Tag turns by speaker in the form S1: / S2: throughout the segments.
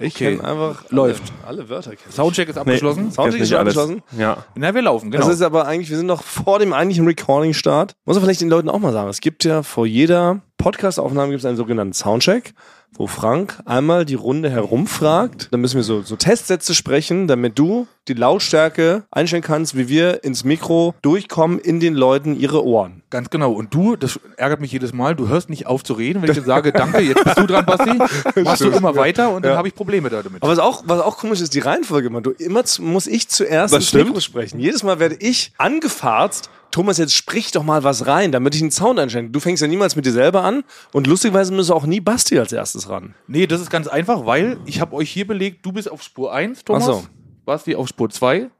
S1: Ich
S2: Okay.
S1: kenne einfach alle,
S2: Läuft.
S1: alle Wörter. kenn ich.
S2: Soundcheck ist abgeschlossen.
S1: Soundcheck
S2: Soundcheck
S1: ist
S2: ist
S1: schon
S2: alles.
S1: abgeschlossen.
S2: Ja. Na, wir laufen, genau.
S1: Das ist aber eigentlich, wir sind noch vor dem eigentlichen Recording-Start. Muss man vielleicht den Leuten auch mal sagen, es gibt ja vor jeder Podcast-Aufnahme gibt es einen sogenannten Soundcheck, wo Frank einmal die Runde herumfragt. Dann müssen wir so, so Testsätze sprechen, damit du die Lautstärke einstellen kannst, wie wir ins Mikro durchkommen in den Leuten ihre Ohren.
S2: Ganz genau. Und du, das ärgert mich jedes Mal, du hörst nicht auf zu reden, wenn ich dir sage, danke, jetzt bist du dran, Basti. Machst du immer weiter und dann habe ich Probleme damit.
S1: Aber was auch, was auch komisch ist, die Reihenfolge, man. Du, immer zu, muss ich zuerst
S3: Das
S1: ins
S3: stimmt.
S1: Mikro sprechen. Jedes Mal werde ich angefarzt. Thomas, jetzt sprich doch mal was rein, damit ich einen Sound einschenke. Du fängst ja niemals mit dir selber an und lustigerweise müssen auch nie Basti als erstes ran.
S2: Nee, das ist ganz einfach, weil ich habe euch hier belegt, du bist auf Spur 1, Thomas,
S1: Ach so.
S2: Basti auf Spur 2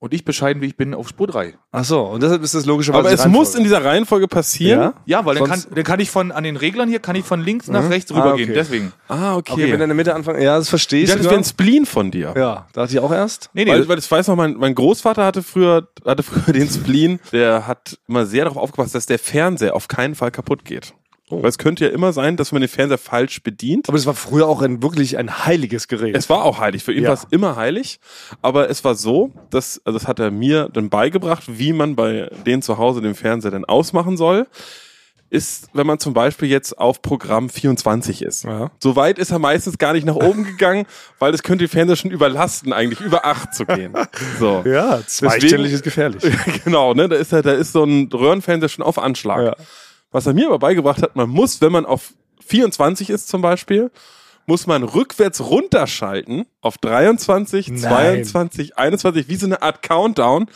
S2: und ich bescheiden, wie ich bin, auf Spur 3.
S1: Ach so, und deshalb ist das logischerweise.
S3: Aber es muss in dieser Also Reihenfolge passieren.
S1: Ja?
S2: Ja, weil dann kann,
S1: Sonst- Mhm.
S2: dann kann ich von an den Reglern hier kann ich von links nach rechts rübergehen,
S1: okay.
S2: deswegen.
S3: Ah, okay.
S1: Okay, wenn du in der Mitte anfangen. Ja, das verstehe ich.
S3: ich dachte, das wäre ein Spleen von dir.
S1: ja, dachte ich auch erst.
S2: Nee, nee,
S3: Weil, weil das weiß noch, mein, mein Großvater hatte früher, hatte früher den Spleen, der hat immer sehr darauf aufgepasst, dass der Fernseher auf keinen Fall kaputt geht. Weil es könnte ja immer sein, dass man den Fernseher falsch bedient.
S1: Aber es war früher auch ein, wirklich ein heiliges Gerät.
S3: Es war auch heilig, für ihn
S1: Ja.
S3: war es immer heilig, aber es war so, dass, also das hat er mir dann beigebracht, wie man bei denen zu Hause den Fernseher dann ausmachen soll, ist, wenn man zum Beispiel jetzt auf Programm 24 ist.
S1: Ja.
S3: So weit ist er meistens gar nicht nach oben gegangen, weil das könnte den Fernseher schon überlasten, eigentlich über 8 zu gehen. So.
S1: ja, zweistellig ist gefährlich.
S3: Genau, ne? Da ist, er, da ist so ein Röhrenfernseher schon auf Anschlag.
S1: Ja.
S3: Was er mir aber beigebracht hat, man muss, wenn man auf 24 ist zum Beispiel, muss man rückwärts runterschalten auf 23,
S1: Nein.
S3: 22, 21, wie so eine Art Countdown,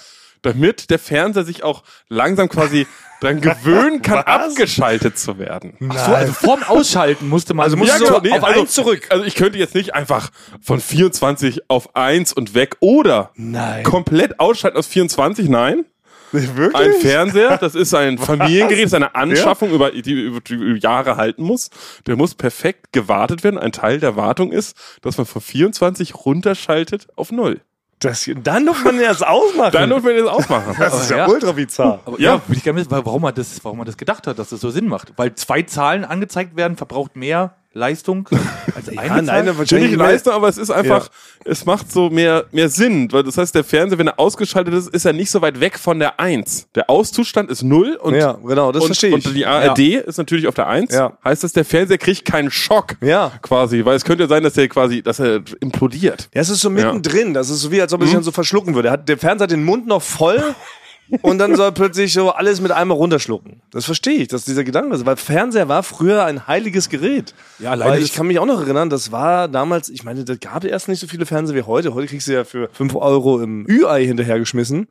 S3: damit der Fernseher sich auch langsam quasi dran gewöhnen kann, abgeschaltet zu werden.
S2: Ach so, also vorm Ausschalten musste man. Also
S1: musst du so
S3: nee,
S1: auf
S3: also,
S1: eins zurück.
S3: Also ich könnte jetzt nicht einfach von 24 auf 1 und weg oder
S1: Nein.
S3: komplett ausschalten aus 24, nein.
S1: Wirklich?
S3: Ein Fernseher, das ist ein Familiengerät, das ist eine Anschaffung, über, die, über, die über Jahre halten muss. Der muss perfekt gewartet werden. Ein Teil der Wartung ist, dass man von 24 runterschaltet auf null.
S1: Das, dann darf man das ausmachen.
S3: Dann dürfen wir das ausmachen.
S1: das ist ja,
S2: Ja.
S1: ultra bizarr.
S2: Aber ja,
S3: Ja.
S2: bin ich gerne wissen, warum man das, warum man das gedacht hat, dass das so Sinn macht. Weil zwei Zahlen angezeigt werden, verbraucht mehr Leistung als eine Zahl.
S1: nein, aber-
S3: Natürlich
S1: Wahrscheinlich
S3: leister, aber es ist einfach, es macht so mehr, mehr Sinn. Weil das heißt, der Fernseher, wenn er ausgeschaltet ist, ist er nicht so weit weg von der 1. Der Auszustand ist 0 und,
S1: Ja, genau, das
S3: und,
S1: verstehe ich.
S3: und die ARD ist natürlich auf der 1.
S1: Ja.
S3: Heißt das, der Fernseher kriegt keinen Schock.
S1: Ja.
S3: Quasi, weil es könnte ja sein, dass er quasi, dass er implodiert.
S1: Ja, es ist so mittendrin. Das ist so wie, als ob er
S3: Mhm.
S1: sich dann so verschlucken würde. Er Hat, der Fernseher hat den Mund noch voll und dann soll plötzlich so alles mit einmal runterschlucken. Das verstehe ich, dass dieser Gedanke ist. Weil Fernseher war früher ein heiliges Gerät.
S3: Ja, leider
S1: Weil ich
S3: ist-
S1: kann mich auch noch erinnern, das war damals, ich meine, da gab erst nicht so viele Fernseher wie heute. Heute kriegst du ja für 5 Euro im Ü-Ei hinterhergeschmissen.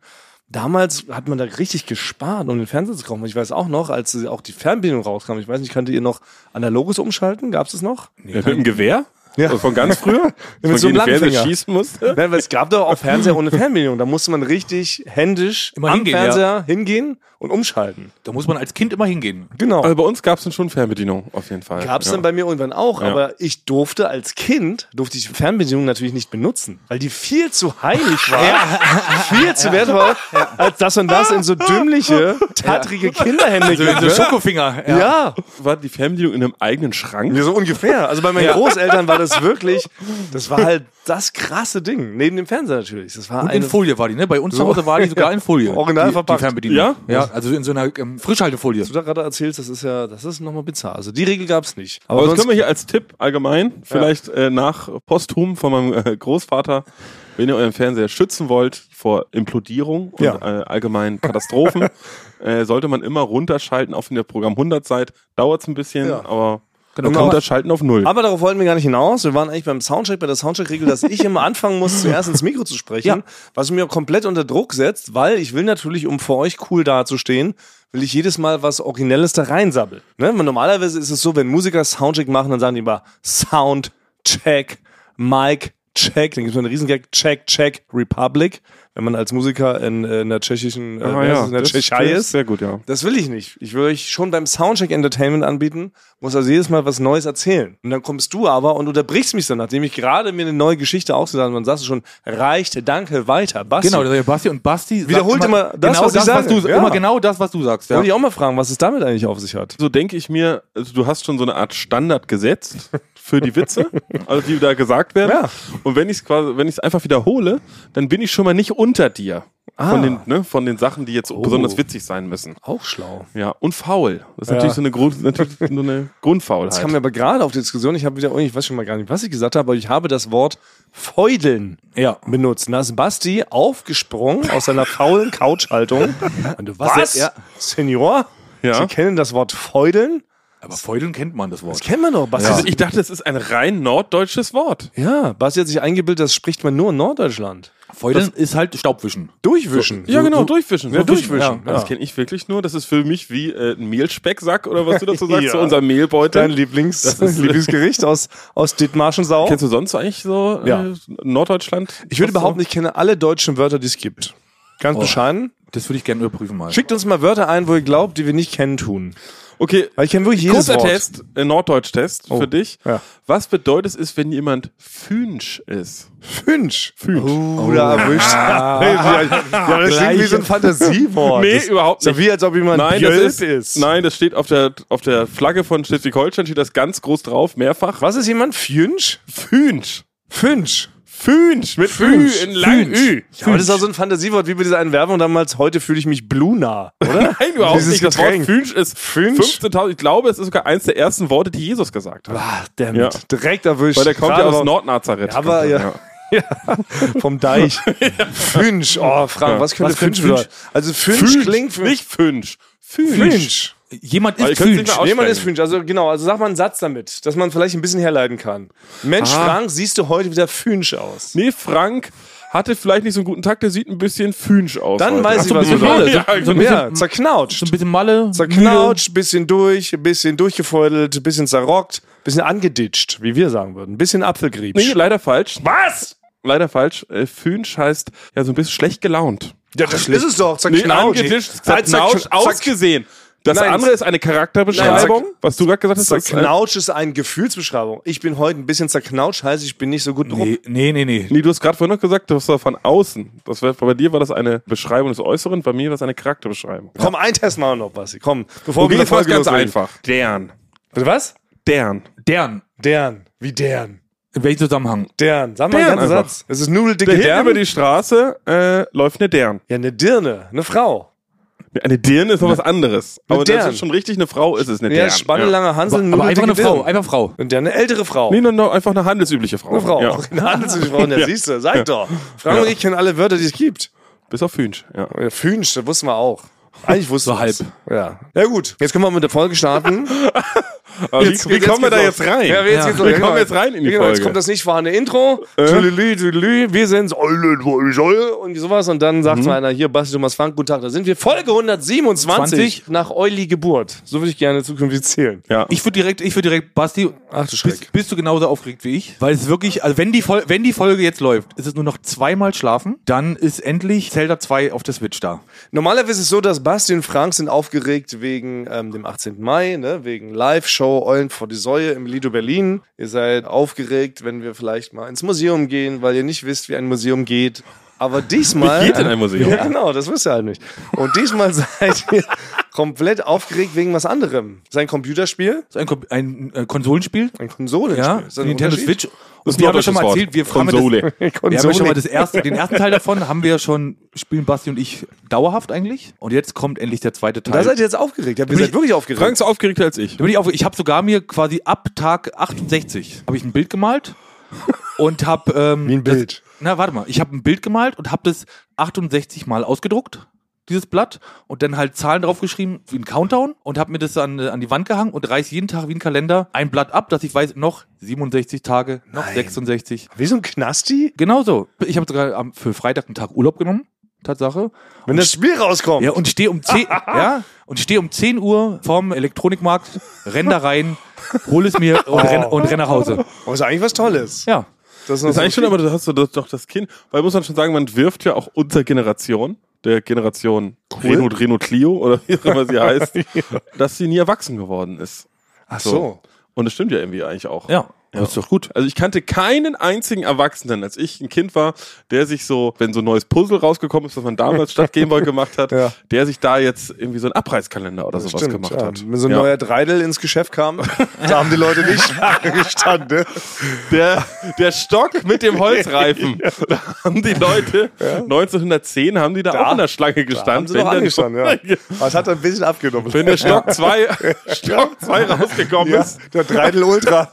S1: Damals hat man da richtig gespart, um den Fernseher zu kaufen. Ich weiß auch noch, als äh, auch die Fernbedienung rauskam, ich weiß nicht, kanntet ihr noch analoges umschalten? Gab es das noch?
S3: mit dem Gewehr?
S1: Ja.
S3: Also von ganz früher?
S1: Mit
S3: Dass
S1: so einem
S3: man gegen den Fernseher
S1: Langfinger. Genau.
S3: schießen musste?
S1: Nein, weil es gab doch auch Fernseher ohne Fernbedienung. Da musste man richtig händisch
S2: Immer
S1: am
S2: hingehen,
S1: Fernseher hingehen und umschalten.
S2: Da muss man als Kind immer hingehen.
S1: Genau.
S3: Also bei uns gab es dann schon Fernbedienung, auf jeden Fall.
S1: Gab es
S3: ja.
S1: dann bei mir irgendwann auch, aber ich durfte als Kind, durfte ich Fernbedienung natürlich nicht benutzen, weil die viel zu heilig war, viel zu wertvoll, als dass man das in so dümmliche, tattrige Kinderhände
S2: Also
S1: gibt.
S2: so
S1: ne?
S2: Schokofinger.
S1: Ja,
S3: War die Fernbedienung in einem eigenen Schrank?
S1: so ungefähr. Also bei meinen Großeltern war das wirklich, das war halt das krasse Ding. Neben dem Fernseher natürlich. Das war
S2: Und in
S1: eine,
S2: Folie war die, ne? Bei uns zu Hause war die sogar in Folie.
S1: Original
S2: die,
S1: verpackt.
S2: Die Fernbedienung.
S3: Ja?
S2: Ja, also in so einer ähm, Frischhaltefolie.
S1: du da gerade erzählst, das ist ja, das ist nochmal bizarr. Also die Regel gab es nicht.
S3: Aber das
S1: sonst-
S3: können wir hier als Tipp allgemein, vielleicht äh, nach posthum von meinem äh, Großvater, wenn ihr euren Fernseher schützen wollt vor Implodierung und
S1: Ja.
S3: äh, allgemeinen Katastrophen, äh, sollte man immer runterschalten auf der Programm 100 Seite. Dauert es ein bisschen,
S1: Ja.
S3: aber
S1: Genau.
S3: runterschalten auf Null.
S1: Aber darauf wollten wir gar nicht hinaus. Wir waren eigentlich beim Soundcheck, bei der Soundcheck-Regel, dass ich immer anfangen muss, zuerst ins Mikro zu sprechen,
S2: Ja.
S1: was mir komplett unter Druck setzt, weil ich will natürlich, um vor euch cool dazustehen, will ich jedes Mal was Originelles da reinsabbeln. Ne? Weil Normalerweise ist es so, wenn Musiker Soundcheck machen, dann sagen die immer Soundcheck, Mic, Check, dann gibt es einen riesen Gag, Check, Check, Republic. wenn man als Musiker in, äh, in der tschechischen äh,
S3: Ah,
S1: wie heißt
S3: ja.
S1: es, in der
S3: Das-
S1: Tschechei
S3: das
S1: ist.
S3: Sehr gut, ja.
S1: Das will ich nicht. Ich will euch schon beim Soundcheck Entertainment anbieten, muss also jedes Mal was Neues erzählen. Und dann kommst du aber und unterbrichst mich dann, nachdem ich gerade mir eine neue Geschichte ausgesagt habe. Dann sagst du schon, reicht, danke, weiter, Basti.
S2: Genau, der Basti und Basti sagt
S1: Wiederholt immer das,
S2: genau
S1: was ich sage.
S2: du
S1: Ja.
S2: immer genau das, was du sagst. Ja.
S1: Wollte ich auch mal fragen, was es damit eigentlich auf sich hat.
S3: so denke ich mir, also du hast schon so eine Art Standard gesetzt für die Witze, also die da gesagt werden.
S1: Ja.
S3: Und wenn ich es quasi, wenn ich es einfach wiederhole, dann bin ich schon mal nicht unter dir.
S1: Ah.
S3: Von, den, ne, von den Sachen, die jetzt
S1: Oh.
S3: besonders witzig sein müssen.
S1: Auch schlau.
S3: Ja, und faul. Das ist natürlich so eine, Grund, natürlich so eine Grundfaulheit.
S1: Das kam mir aber gerade auf die Diskussion. Ich habe wieder, oh, ich weiß schon mal gar nicht, was ich gesagt habe, aber ich habe das Wort feudeln
S2: Ja.
S1: benutzt. Und Da ist Basti aufgesprungen aus seiner faulen Couchhaltung. Und du
S2: Was?
S1: Ja. Senior?
S3: Ja.
S1: Sie kennen das Wort feudeln?
S2: Aber Feudeln kennt man das
S1: Das
S2: Wort.
S1: kennen wir doch, Basti.
S3: Also ich dachte, das ist ein rein norddeutsches Wort.
S1: Ja, Basti hat sich eingebildet, das spricht man nur in Norddeutschland.
S2: Feudeln ist halt Staubwischen.
S1: Durchwischen.
S3: Ja, genau, durchwischen.
S1: Ja,
S3: So wischen.
S1: durchwischen,
S3: Ja, Das
S1: ja.
S3: kenne ich wirklich nur. Das ist für mich wie äh, ein Mehlspecksack oder was du dazu sagst,
S1: Ja.
S3: so unser Mehlbeutel.
S1: Dein Lieblings Lieblingsgericht aus, aus Dithmarschensau.
S3: Kennst du sonst eigentlich so äh,
S1: Ja.
S3: Norddeutschland?
S1: Ich würde
S3: Was so?
S1: behaupten, ich kenne alle deutschen Wörter, die es gibt. Ganz bescheiden.
S2: Das würde ich gerne überprüfen mal.
S1: Schickt uns mal Wörter ein, wo ihr glaubt, die wir nicht kennen tun.
S3: Okay,
S1: Weil ich kenne wirklich jedes
S3: kurzer
S1: Wort. Oh,
S3: Test, äh, Norddeutsch-Test für dich.
S1: ja.
S3: Was bedeutet es, wenn jemand Fünsch ist?
S1: Fünsch. Fünsch. Oh, da erwischt. ja, das klingt wie so ein Fantasiewort.
S3: Nee,
S1: Das-
S3: überhaupt
S1: So
S3: nicht.
S1: wie als ob jemand Jölt ist.
S3: Nein, das steht auf der, auf der Flagge von Schleswig-Holstein, steht das ganz groß drauf, mehrfach.
S1: Was ist jemand? Fünsch?
S3: Fünsch.
S1: Fünsch.
S3: Fünsch. Mit
S1: Fünsch.
S3: Fünsch. Ü, in lang
S1: Fünsch.
S3: Ü.
S1: Ja, aber das ist auch so ein Fantasiewort, wie bei dieser einen Werbung damals, heute fühle ich mich bluna, oder?
S3: Nein, überhaupt
S1: Dieses
S3: nicht. Das
S1: Getränk.
S3: Wort Fünsch ist
S1: Fünsch?
S3: 15.000. Ich glaube, es ist sogar eins der ersten Worte, die Jesus gesagt hat.
S1: Ah, damn
S3: Ja.
S1: it. Direkt erwischt.
S3: Weil der kommt
S1: Gerade
S3: ja aus
S1: aber-
S3: Nordnazareth.
S1: Ja, aber
S3: Kommt er,
S1: ja. Vom Deich. Fünsch. Oh, Frank, was könnte
S2: Was
S1: Fünsch
S2: könnte
S1: bedeuten? Also Fünsch,
S3: Fünsch,
S1: klingt für
S3: nicht Fünsch.
S1: Fünsch.
S2: Jemand
S3: Aber
S2: ist
S3: ihr könnt's nicht
S2: Fünsch.
S3: mehr
S1: Jemand ist
S3: Aussprechen.
S1: Fünsch. Also genau, also sag mal einen Satz damit, dass man vielleicht ein bisschen herleiten kann. Mensch,
S3: Ah.
S1: Frank, siehst du heute wieder Fünsch aus.
S3: Nee, Frank hatte vielleicht nicht so einen guten Takt, der sieht ein bisschen fünsch aus.
S1: Dann
S3: heute.
S1: weiß
S3: Ach
S1: ich,
S3: so,
S1: was
S3: ein bisschen
S1: du
S3: alle.
S1: meinst.
S3: Ja, so ein bisschen-
S1: Ja, zerknautscht.
S2: So ein bisschen Malle.
S1: Zerknautscht, bisschen durch, bisschen durchgefeudelt, bisschen zerrockt, bisschen angeditscht, wie wir sagen würden. Bisschen Apfelgriebsch.
S3: Nee, leider falsch.
S1: Was?
S3: Leider falsch. Äh, fünsch heißt ja so ein bisschen schlecht gelaunt.
S1: Ja, das ist es doch.
S3: Nee,
S1: Zerknautscht.
S3: angedischt,
S1: Nein,
S3: zerknautscht,
S1: zerk-
S3: ausgesehen. Das
S1: Nein,
S3: andere ist eine Charakterbeschreibung,
S1: Nein,
S3: was du gerade gesagt hast. das-
S1: Zerknautscht ist eine Gefühlsbeschreibung. Ich bin heute ein bisschen zerknautscht, heißt, ich bin nicht so gut drauf.
S2: Nee, nee, nee. nee.
S3: Nee, du hast gerade vorhin noch gesagt, das war von außen. Das war, bei dir war das eine Beschreibung des Äußeren, bei mir war es eine Charakterbeschreibung.
S1: Komm, ein Test machen wir noch, Basti. Komm, bevor
S3: Okay,
S1: wir
S3: das war ganz
S1: loslegen.
S3: einfach. Dern.
S1: Bitte was?
S3: Dern.
S2: Dern.
S1: Dern. Wie deren?
S2: In welchem Zusammenhang?
S1: Dern. Sag mal
S3: Dern
S1: einen ganzen
S3: einfach.
S1: Satz. Es ist nudeldicke
S3: Der hinten über
S1: Dern.
S3: die Straße äh, läuft eine Dern.
S1: Ja, eine Dirne. Eine Frau.
S3: Eine Dirne ist noch was anderes. Aber das
S1: Dern.
S3: ist schon richtig eine Frau, ist es eine
S1: Ja,
S3: Dern.
S1: spannenlanger Hansel,
S2: Aber einfach eine
S1: nudeldicke
S2: Frau.
S1: Dirn.
S2: Einfach Frau.
S1: Und der eine ältere Frau.
S3: Nee, nur noch einfach eine handelsübliche Frau.
S1: Eine Frau.
S3: Ja.
S1: Auch eine handelsübliche Frau. Und der
S3: Ja.
S1: siehst du, sag doch. Frank und ich kennen alle Wörter, die es gibt.
S3: Bis auf Fünsch. Ja.
S1: Ja, Äh, Fünsch, das wussten wir auch. Eigentlich wussten
S2: So halb.
S1: wir's. Ja. Ja gut, jetzt können wir mit der Folge starten.
S3: Aber wie, wie kommen wir da
S1: geht's los.
S3: jetzt rein?
S1: Ja, jetzt
S2: Ja.
S1: geht's
S3: Wir
S1: los.
S3: kommen
S1: Genau.
S3: jetzt rein in die
S1: genau, Jetzt
S3: Folge.
S1: kommt das nicht vorhandene Intro. Tüdelü, tüdelü, wir sind's. Und sowas. Und dann sagt mal einer, hier, Basti Thomas Frank, guten Tag. Da sind wir Folge 127
S2: 20.
S1: nach Euli Geburt. So würde ich gerne zukünftig zählen.
S3: ja.
S2: Ich würde direkt, ich würde direkt, Basti,
S1: Ach du Schreck.
S2: bist, bist du genauso aufgeregt wie ich? Weil es wirklich, also wenn die, Fol wenn die Folge jetzt läuft, ist es nur noch zweimal schlafen, dann ist endlich Zelda 2 auf der Switch da.
S1: Normalerweise ist es so, dass Basti und Frank sind aufgeregt wegen ähm, dem 18. Mai, ne? wegen Live-Show Eulen vor die Säue im Lido Berlin. Ihr seid aufgeregt, wenn wir vielleicht mal ins Museum gehen, weil ihr nicht wisst, wie ein Museum geht. Aber diesmal...
S3: Wie geht denn ein Museum?
S1: Ja, genau, das wisst ihr halt nicht. Und diesmal seid ihr komplett aufgeregt wegen was anderem. Sein Computerspiel,
S2: Das ist ein, Kom- ein äh, Konsolenspiel.
S1: ein Konsolenspiel.
S2: Ja,
S1: Ist das ein
S2: Nintendo
S1: Unterschied?
S2: Switch. Und wir haben ja schon mal erzählt, wir haben das,
S3: Konsole.
S2: Wir haben ja schon mal das
S1: Konsole.
S2: erste, den ersten Teil davon haben wir schon, spielen Basti und ich dauerhaft eigentlich. Und jetzt kommt endlich der zweite Teil.
S1: Da seid ihr jetzt aufgeregt. Ja, ihr seid wirklich aufgeregt.
S3: Frank ist aufgeregter als ich.
S2: Da bin ich, auf, ich habe sogar mir quasi ab Tag 68 habe ich ein Bild gemalt und habe ähm,
S1: Wie ein Bild.
S2: Das, na warte mal, ich habe ein Bild gemalt und habe das 68 mal ausgedruckt dieses Blatt und dann halt Zahlen draufgeschrieben wie ein Countdown und habe mir das an, äh, an die Wand gehangen und reiß jeden Tag wie ein Kalender ein Blatt ab, dass ich weiß noch 67 Tage, noch 66.
S1: Wie so ein Knasti,
S2: Genau so. Ich habe sogar am, für Freitag einen Tag Urlaub genommen. Tatsache.
S1: wenn das Spiel rauskommt.
S2: Ja, und stehe um 10, ja, und stehe um 10 Uhr vorm Elektronikmarkt, renn da rein, hol es mir und, renn, und renn nach Hause.
S1: Aber ist eigentlich Oh, was Tolles.
S2: Ja.
S1: Das
S3: Das ist eigentlich schon, aber du hast so doch das Kind. Weil muss man schon sagen, man wirft ja auch unserer Generation, der Generation
S1: Cool.
S3: Renault, Renault Clio oder wie auch immer sie heißt, dass sie nie erwachsen geworden ist.
S1: Ach so.
S3: Und das stimmt ja irgendwie eigentlich auch.
S2: Ja.
S3: Ja. Ist doch gut. Also ich kannte keinen einzigen Erwachsenen, als ich ein Kind war, der sich so, wenn so ein neues Puzzle rausgekommen ist, was man damals statt Gameboy gemacht hat,
S1: Ja.
S3: der sich da jetzt irgendwie so einen Abreißkalender oder sowas
S1: Stimmt,
S3: gemacht
S1: ja.
S3: hat.
S1: Wenn so ein
S3: Ja.
S1: neuer Dreidel ins Geschäft kam, da haben die Leute nicht lange gestanden. ne?
S3: Der, der Stock mit dem Holzreifen. Da haben die Leute, 1910 haben die da, auch in der Schlange
S1: Da haben
S3: gestanden.
S1: sie noch
S3: Wenn der-
S1: angestanden, ja. Aber es hat ein bisschen abgenommen.
S3: Wenn der Stock 2 Stock zwei rausgekommen
S1: ja,
S3: ist.
S1: der Dreidel Ultra.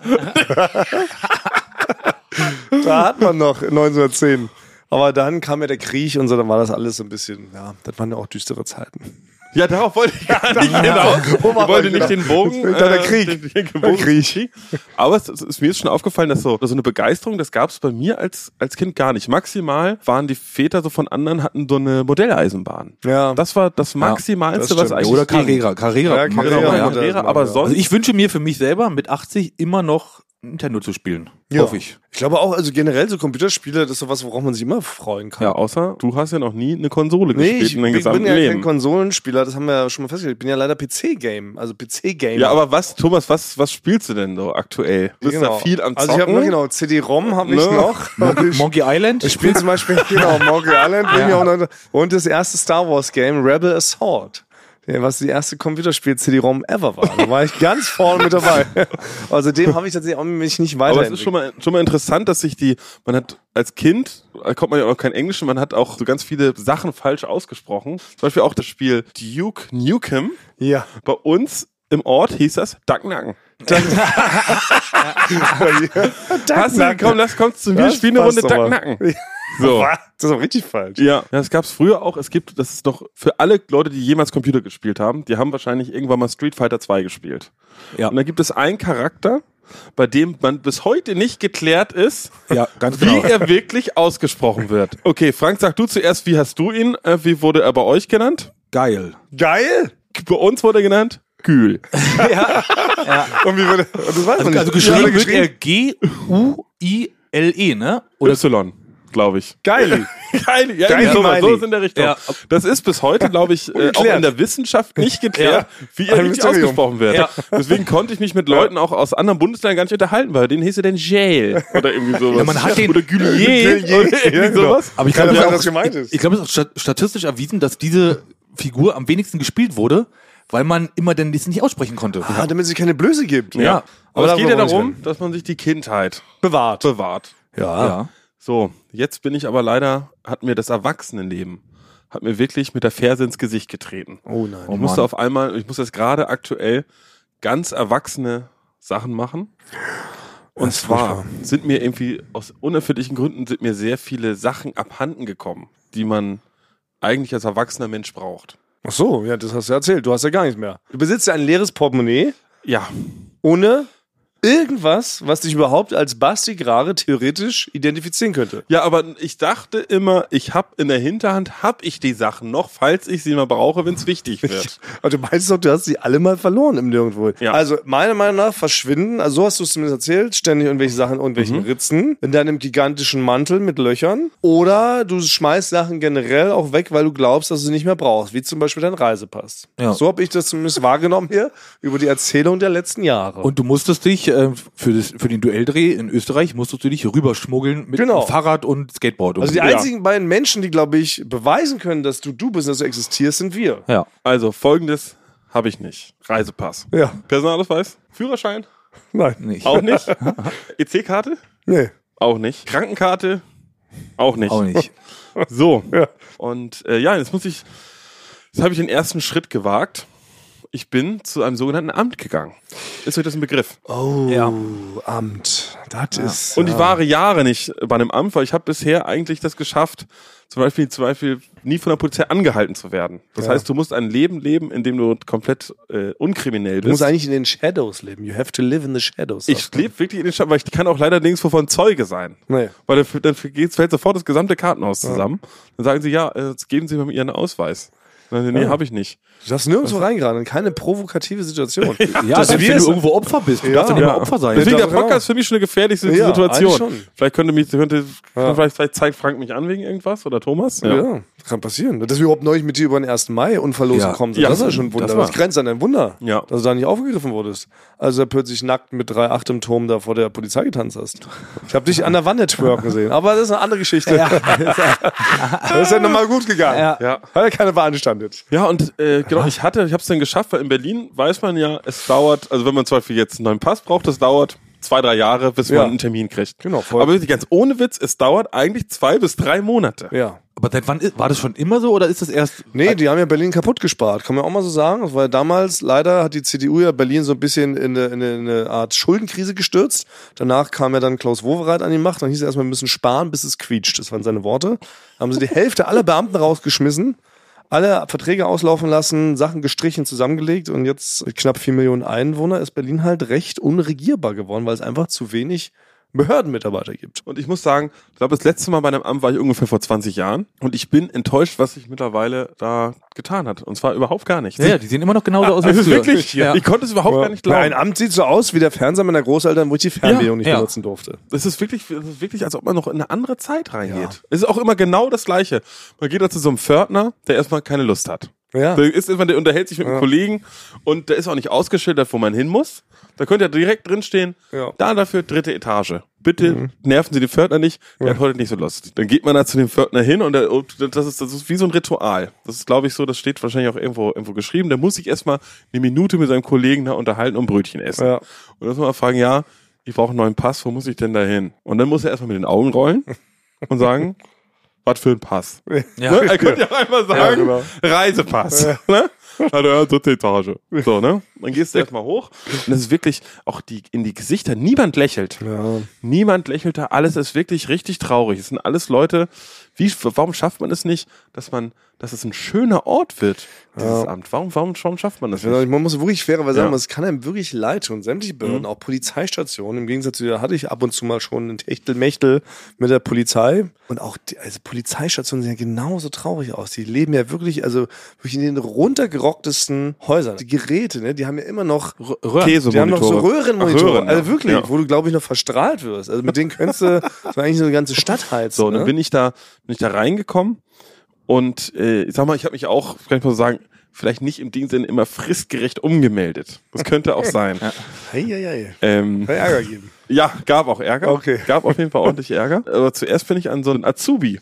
S1: da hat man noch 1910. Aber dann kam ja der Krieg und so, dann war das alles so ein bisschen, ja, das waren ja auch düstere Zeiten.
S3: Ja, darauf wollte ich gar nicht hinaus. Ich
S1: Wo war
S3: wollte
S1: ich
S3: nicht
S1: genau?
S3: den Bogen. äh,
S1: Jetzt- da der Krieg.
S3: Oh, Den, den, den
S1: Der
S3: Bogen
S1: Krieg.
S3: Krieg. Aber es, es ist mir ist schon aufgefallen, dass so, dass so eine Begeisterung, das gab es bei mir als, als Kind gar nicht. Maximal waren die Väter so von anderen, hatten so eine Modelleisenbahn.
S1: Ja.
S3: Das war das Maximalste,
S1: das
S3: was
S1: stimmt.
S3: eigentlich
S2: Oder
S3: ging.
S2: Äh, Carrera. Carrera.
S1: Ja,
S2: mag ich
S1: Carrera,
S2: auch mal, ja.
S1: Modell.
S3: Carrera, aber
S1: Also
S2: Also
S3: sonst
S2: ich wünsche mir für mich selber mit 80 immer noch Nintendo zu spielen. Hoffe ich.
S1: Ich glaube auch, also generell so Computerspiele, das ist sowas, worauf man sich immer freuen kann.
S3: Ja, außer du hast ja noch nie eine Konsole
S1: Nee,
S3: gespielt
S1: ich
S3: in deinem
S1: bin
S3: gesamten
S1: ja kein
S3: Leben.
S1: Konsolenspieler, das haben wir ja schon mal festgestellt. Ich bin ja leider PC-Game, also PC-Game.
S3: ja, aber was, Thomas, was, was spielst du denn so aktuell? Du bist da viel am Zocken.
S1: Also ich habe noch, genau, CD-ROM habe ich
S3: Ne?
S1: noch. Und ich-
S2: Monkey Island?
S1: Ich spiele zum Beispiel, genau, Monkey Island bin ich auch noch, und das erste Star Wars Game, Rebel Assault. Ja, Was die erste Computerspiel-CD-ROM ever war. Da war ich ganz vorne mit dabei. Also dem habe ich tatsächlich auch mich nicht
S3: Aber es ist schon
S1: weiterentwickelt.
S3: mal, schon mal interessant, dass sich die, man hat als Kind, da kommt man ja auch kein Englisch, man hat auch so ganz viele Sachen falsch ausgesprochen. Zum Beispiel auch das Spiel Duke Nukem.
S1: Ja.
S3: Bei uns im Ort hieß das Ducknacken. Hast du, komm, lass, kommst zu mir,
S1: Das
S3: spiel eine
S1: passt
S3: Runde
S1: doch mal.
S3: Ducknacken. So.
S1: Das ist auch richtig falsch.
S3: Ja, das gab's früher auch. Es gibt, das ist doch für alle Leute, die jemals Computer gespielt haben, die haben wahrscheinlich irgendwann mal Street Fighter 2 gespielt.
S2: Ja.
S3: Und da gibt es einen Charakter, bei dem man bis heute nicht geklärt ist,
S2: Ja, ganz
S3: wie
S2: genau.
S3: er wirklich ausgesprochen wird. Okay, Frank, sag du zuerst, wie hast du ihn, äh, wie wurde er bei euch genannt?
S2: Geil.
S1: Geil!
S3: Bei uns wurde er genannt Gül.
S1: Und wie würde, und das weiß man
S2: Also
S1: nicht. Wie hat
S2: geschrieben
S1: er
S2: wird er G-U-I-L-E, ne? Oder
S3: Y, glaube ich.
S1: Geil!
S3: Geil, ja,
S1: Geil,
S3: Geil so,
S1: Miley.
S3: so ist in der Richtung.
S2: Ja.
S3: Das ist bis heute, glaube ich, äh, auch
S1: Ungeklärt.
S3: in der Wissenschaft nicht geklärt, wie er
S1: Ein
S3: richtig
S1: Mysterium.
S3: ausgesprochen wird.
S2: Ja.
S3: Deswegen konnte ich mich mit Leuten auch aus anderen Bundesländern gar nicht unterhalten, weil denen hieß er denn Jail oder irgendwie sowas.
S2: Ja, man hat den-
S3: oder Gullier
S1: Gullier,
S3: oder irgendwie
S1: ja, genau.
S3: sowas.
S2: Aber ich
S1: Keine
S2: glaube,
S1: Ahnung,
S2: auch-
S1: was gemeint ist.
S2: Ich, ich glaube, es ist auch stat- statistisch erwiesen, dass diese Figur am wenigsten gespielt wurde, weil man immer denn dies nicht aussprechen konnte.
S1: Ah, damit es keine Blöße gibt.
S2: Ja.
S3: Aber es
S1: darüber
S3: geht ja
S1: wollen wir
S3: darum, dass man sich die Kindheit
S1: Bewahrt.
S3: bewahrt.
S2: Ja.
S3: So, jetzt bin ich aber leider, hat mir das Erwachsenenleben, hat mir wirklich mit der Ferse ins Gesicht getreten.
S1: Oh nein.
S3: ich musste auf einmal, ich muss jetzt gerade aktuell ganz erwachsene Sachen machen. Und
S1: Das ist
S3: zwar
S1: furchtbar.
S3: sind mir irgendwie aus unerfindlichen Gründen sind mir sehr viele Sachen abhanden gekommen, die man eigentlich als erwachsener Mensch braucht.
S1: Ach so, ja, das hast du ja erzählt. Du hast ja gar nichts mehr. Du besitzt ja ein leeres Portemonnaie
S3: Ja,
S1: ohne irgendwas, was dich überhaupt als Basti Grare theoretisch identifizieren könnte.
S3: ja, aber ich dachte immer, ich hab in der Hinterhand hab ich die Sachen noch, falls ich sie mal brauche, wenn es wichtig wird.
S1: Aber du also meinst doch, du hast sie alle mal verloren im Nirgendwo.
S3: Ja.
S1: Also meiner Meinung nach verschwinden, also so hast du es zumindest erzählt, ständig irgendwelche Sachen in
S2: Mhm.
S1: irgendwelchen Ritzen, in deinem gigantischen Mantel mit Löchern. Oder du schmeißt Sachen generell auch weg, weil du glaubst, dass du sie nicht mehr brauchst, wie zum Beispiel dein Reisepass.
S2: Ja.
S1: So habe ich das zumindest wahrgenommen hier über die Erzählung der letzten Jahre.
S2: Und du musstest dich äh, für, das, für den Duelldreh in Österreich musstest du dich rüberschmuggeln mit
S1: Genau.
S2: Fahrrad und Skateboard.
S1: Also die
S2: ja.
S1: einzigen beiden Menschen, die, glaube ich, beweisen können, dass du du bist, dass du existierst, sind wir.
S2: ja.
S3: Also folgendes habe ich nicht. Reisepass.
S1: Ja,
S3: Personalausweis? Führerschein?
S1: nein.
S2: Nicht.
S3: Auch nicht. EC-Karte?
S1: Nee.
S3: Auch nicht. Krankenkarte? Auch nicht.
S2: Auch nicht.
S3: So. Und äh, ja, jetzt muss ich, jetzt habe ich den ersten Schritt gewagt. Ich bin zu einem sogenannten Amt gegangen. Ist euch das ein Begriff?
S1: Oh,
S2: Ja.
S1: Amt. Das ist.
S3: Und ich war Jahre nicht bei einem Amt, weil ich habe bisher eigentlich das geschafft, zum Beispiel, zum Beispiel nie von der Polizei angehalten zu werden. Das
S1: Ja.
S3: heißt, du musst ein Leben leben, in dem du komplett äh, unkriminell
S1: Du musst
S3: bist.
S1: eigentlich in den Shadows leben. You have to live in the Shadows.
S3: Ich lebe wirklich in den Stadt, weil ich kann auch leider nirgendwo von Zeuge sein.
S1: ne? Nee.
S3: Weil dann, dann fällt sofort das gesamte Kartenhaus zusammen. Dann sagen sie, ja, äh, jetzt geben Sie mir Ihren Ausweis. Nein, nee,
S1: Ah.
S3: habe ich nicht.
S1: Du darfst nirgendwo reingeraten, in keine provokative Situation.
S2: Ja,
S1: Das
S2: selbst
S1: wir
S2: wenn du
S1: ist-
S2: irgendwo Opfer bist, du
S1: Ja.
S2: darfst ja nicht
S1: Ja.
S2: mal Opfer sein.
S1: Bin-
S3: Deswegen
S1: Ja,
S3: der
S1: genau.
S3: Podcast für mich schon eine gefährlichste
S1: Ja,
S3: Situation.
S1: eigentlich schon.
S3: Vielleicht könnte mich, könnte,
S1: Ja.
S3: vielleicht, vielleicht zeigt Frank mich an wegen irgendwas oder Thomas.
S1: Ja. kann passieren. Dass wir überhaupt neulich mit dir über den 1. Mai unverlost
S2: Ja.
S1: gekommen sind,
S3: Ja,
S1: das ist ja schon ein Wunder.
S3: das
S1: Das,
S3: war-
S1: grenzt an ein Wunder,
S3: Ja.
S1: dass du da nicht aufgegriffen wurdest. Also plötzlich nackt mit 3,8 im Turm da vor der Polizei getanzt hast. Ich habe dich an der Wanne twerken sehen, aber das ist eine andere Geschichte. das ist ja nochmal gut gegangen.
S2: Ja.
S3: Ja.
S1: Hat ja keine Bahn standet.
S3: Ja, und äh, genau, ich hatte, ich habe es dann geschafft, weil in Berlin weiß man ja, es dauert, also wenn man zum Beispiel jetzt einen neuen Pass braucht, das dauert zwei, drei Jahre, bis
S1: Ja.
S3: man einen Termin kriegt.
S1: Genau, voll.
S3: Aber wirklich ganz ohne Witz, es dauert eigentlich zwei bis drei Monate.
S1: Ja.
S2: Aber seit wann ist, war das schon immer so oder ist das erst
S1: Nee, die haben ja Berlin kaputt gespart, kann man auch mal so sagen. Das war ja damals, leider hat die CDU ja Berlin so ein bisschen in eine, in eine, in eine Art Schuldenkrise gestürzt. Danach kam ja dann Klaus Wowereit an die Macht. Dann hieß es erstmal, wir müssen sparen, bis es quietscht. Das waren seine Worte. Da haben sie die Hälfte aller Beamten rausgeschmissen, alle Verträge auslaufen lassen, Sachen gestrichen, zusammengelegt. Und jetzt mit knapp vier Millionen Einwohner ist Berlin halt recht unregierbar geworden, weil es einfach zu wenig Behördenmitarbeiter gibt.
S3: Und ich muss sagen, ich glaube, das letzte Mal bei einem Amt war ich ungefähr vor 20 Jahren und ich bin enttäuscht, was sich mittlerweile da getan hat. Und zwar überhaupt gar nichts.
S2: Ja, ja, die sehen immer noch genauso aus wie
S3: also
S2: früher.
S3: wirklich,
S2: Ja.
S3: ich konnte es überhaupt gar nicht
S1: Ein
S3: glauben.
S1: Amt sieht so aus wie der Fernseher meiner Großeltern, wo ich die Fernbedienung nicht
S2: ja.
S1: benutzen durfte.
S3: Es ist wirklich, es ist wirklich, als ob man noch in eine andere Zeit reingeht. Es ist auch immer genau das Gleiche. Man geht da zu so einem Pförtner, der erstmal keine Lust hat.
S1: Ja.
S3: Der, ist, irgendwann- der unterhält sich mit einem Kollegen und der ist auch nicht ausgeschildert, wo man hin muss. Da könnte ja direkt drinstehen,
S1: Ja. Mhm.
S3: da dafür dritte Etage. Bitte nerven Sie den Pförtner nicht, der hat heute nicht so Lust. Dann geht man da zu dem Pförtner hin und, der, und das, ist, das ist wie so ein Ritual. Das ist, glaube ich, so, das steht wahrscheinlich auch irgendwo, irgendwo geschrieben. Der muss sich erstmal eine Minute mit seinem Kollegen da unterhalten und Brötchen essen.
S1: Ja.
S3: Und dann muss man mal fragen, ja, ich brauche einen neuen Pass, wo muss ich denn da hin? Und dann muss er erstmal mit den Augen rollen und sagen, was für ein Pass.
S2: Ja.
S3: Ne? Er könnte ja auch einfach sagen,
S1: genau.
S3: Reisepass. Ne? Na, der hört dritte Etage. So, ne? Dann gehst du erstmal hoch. Und es ist wirklich auch die, in die Gesichter. Niemand lächelt.
S1: Ja.
S3: Niemand lächelt da. Alles ist wirklich richtig traurig. Es sind alles Leute. Wie, warum schafft man es nicht, dass man, dass es ein schöner Ort wird, dieses Amt? Warum, warum, warum schafft man das
S1: Ja,
S3: nicht?
S1: Genau, Man muss wirklich fairerweise
S3: Ja. Mhm.
S1: sagen, es kann einem wirklich leid tun. Sämtliche Behörden, auch Polizeistationen. Im Gegensatz zu dir hatte ich ab und zu mal schon ein Techtelmechtel mit der Polizei. Und auch die, also Polizeistationen sehen ja genauso traurig aus. Die leben ja wirklich, also wirklich in den runtergerocktesten Häusern. Die Geräte, ne, die haben ja immer noch
S3: Käse
S1: die haben noch so Röhrenmonitore.
S3: Röhren,
S1: also
S3: ja.
S1: wirklich,
S3: Ja.
S1: wo du, glaube ich, noch verstrahlt wirst. Also mit denen könntest du so eigentlich so eine ganze Stadt heizen.
S3: So,
S1: ne?
S3: dann bin ich da, bin ich da reingekommen und äh, ich sag mal, ich habe mich auch, kann ich mal so sagen, vielleicht nicht im Ding Sinne immer fristgerecht umgemeldet. Das könnte auch sein.
S1: Hei, hei, hei.
S3: ähm,
S1: Kann Ärger geben.
S3: ja, gab auch Ärger.
S1: Okay.
S3: Gab auf jeden Fall ordentlich Ärger. Aber zuerst bin ich an so einen Azubi.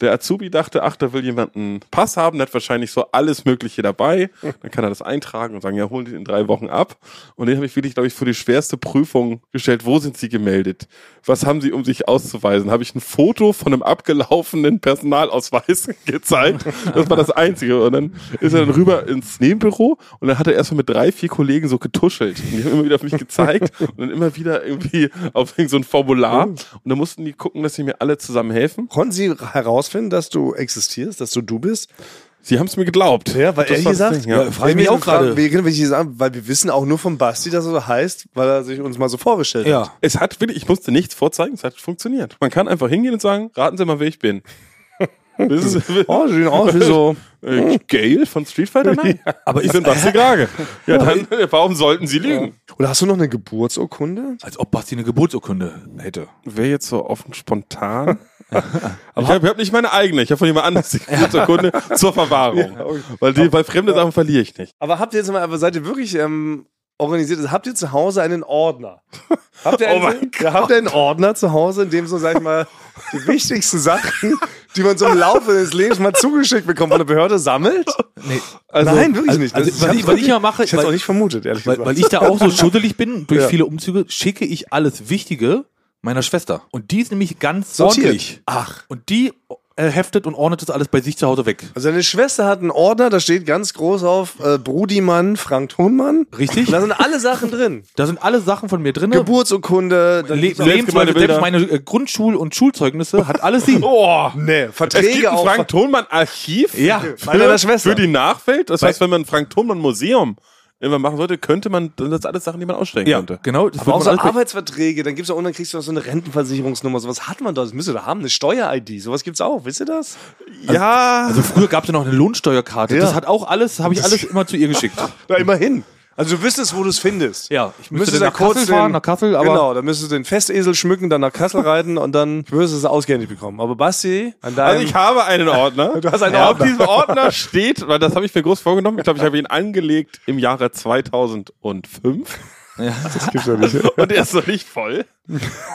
S3: Der Azubi dachte, ach, da will jemand einen Pass haben, der hat wahrscheinlich so alles Mögliche dabei. Dann kann er das eintragen und sagen, ja, holen den in drei Wochen ab. Und den habe ich wirklich, glaube ich, vor die schwerste Prüfung gestellt. Wo sind Sie gemeldet? Was haben Sie, um sich auszuweisen? Habe ich ein Foto von einem abgelaufenen Personalausweis gezeigt? Das war das Einzige. Und dann ist er dann rüber ins Nebenbüro und dann hat er erstmal mit drei, vier Kollegen so getuschelt. Und die haben immer wieder auf mich gezeigt und dann immer wieder irgendwie auf irgend so ein Formular. Und dann mussten die gucken, dass sie mir alle zusammen helfen.
S1: Konnten sie herausfinden, dass du existierst, dass du du bist?
S3: Sie haben es mir geglaubt.
S1: Ja, weil
S3: Das
S1: ehrlich
S3: war das
S1: gesagt,
S3: Ding, ja.
S1: ja,
S2: frage ich mich auch gerade.
S1: Wir, wenn ich hier sagen, weil wir wissen auch nur von Basti, dass er so heißt, weil er sich uns mal so vorgestellt hat.
S2: Ja.
S3: Es hat wirklich, ich musste nichts vorzeigen, es hat funktioniert. Man kann einfach hingehen und sagen, raten Sie mal, wer ich bin. Das ist
S1: Oh, sie sehen aus wie so.
S3: äh, Gale von Street Fighter? Nein.
S2: Aber
S3: Ich
S2: ist,
S3: bin Basti Grage. Ja, dann, warum sollten Sie lügen?
S1: Oder hast du noch eine Geburtsurkunde?
S2: als ob Basti eine Geburtsurkunde hätte.
S3: Wäre jetzt so offen spontan. Aber ich habe hab nicht meine eigene, ich habe von jemand anders die Geburtsurkunde zur Verwahrung. Weil die, bei fremden Sachen verliere ich nicht.
S1: Aber habt ihr jetzt mal, aber seid ihr wirklich ähm, organisiert? Also Habt ihr zu Hause einen Ordner? Habt ihr einen,
S3: Oh mein
S1: Ja, habt ihr einen Ordner zu Hause, in dem so, sag ich mal, die wichtigsten Sachen, die man so im Laufe des Lebens mal zugeschickt bekommt von der Behörde, sammelt?
S2: Nee.
S1: Nein, wirklich nicht.
S2: also,
S1: Das-
S2: was ich- was ich ja mache-
S1: ich hätte es
S2: weil-
S1: auch nicht vermutet, ehrlich
S2: Weil,
S1: gesagt.
S2: weil ich da auch so schuddelig bin durch
S1: Ja.
S2: viele Umzüge, schicke ich alles Wichtige meiner Schwester. Und die ist nämlich ganz
S1: Sortiert.
S2: ordentlich. Ach. Und die äh, heftet und ordnet das alles bei sich zu Hause weg.
S1: Also seine Schwester hat einen Ordner, da steht ganz groß auf äh, Brudimann, Frank Thunmann.
S2: Richtig?
S1: Und da sind alle Sachen drin.
S2: Da sind alle Sachen von mir drin.
S1: Geburtsurkunde, dann
S2: Le
S1: gibt's auch-
S2: Lebens
S3: selbstgemalte Bilder.
S2: selbst meine äh, Grundschul- und Schulzeugnisse hat alles sie.
S3: Oh,
S1: nee,
S3: es gibt
S1: Verträge
S3: ein
S1: auch.
S3: Frank Thonmann Archiv
S2: Ja,
S3: für,
S1: meiner Schwester.
S3: für die Nachwelt. Das heißt, wenn man ein Frank Thonmann Museum irgendwann machen sollte, könnte man, das sind alles Sachen, die man ausstrengen
S1: Ja.
S3: könnte.
S2: Genau, das
S1: Aber auch
S2: wird
S1: so
S2: man alles bei-
S1: Arbeitsverträge, dann gibt's auch, und dann kriegst du noch so eine Rentenversicherungsnummer, sowas hat man doch, das müsst ihr doch haben, eine Steuer-ID, sowas gibt's auch, wisst ihr das?
S3: Ja,
S2: also früher gab es ja noch eine Lohnsteuerkarte.
S1: Ja.
S2: Das hat auch alles, habe ich alles immer zu ihr geschickt.
S1: Ja, immerhin. Also du wüsstest, wo du es findest.
S2: Ja, ich
S1: Müsstest
S2: müsste dann
S1: da
S2: nach Kassel fahren,
S1: den-
S2: nach Kassel, aber-
S1: Genau, dann müsstest du den Festesel schmücken, dann nach Kassel reiten und dann würdest du es ausgehändigt bekommen. Aber Basti, an deinem...
S3: Also ich habe einen Ordner.
S1: Du hast einen
S3: ja,
S1: Ordner.
S3: Auf diesem Ordner steht, weil das habe ich mir groß vorgenommen. Ich glaube, ich habe ihn angelegt im Jahre 2005
S1: das gibt's ja nicht.
S3: und er ist noch nicht voll.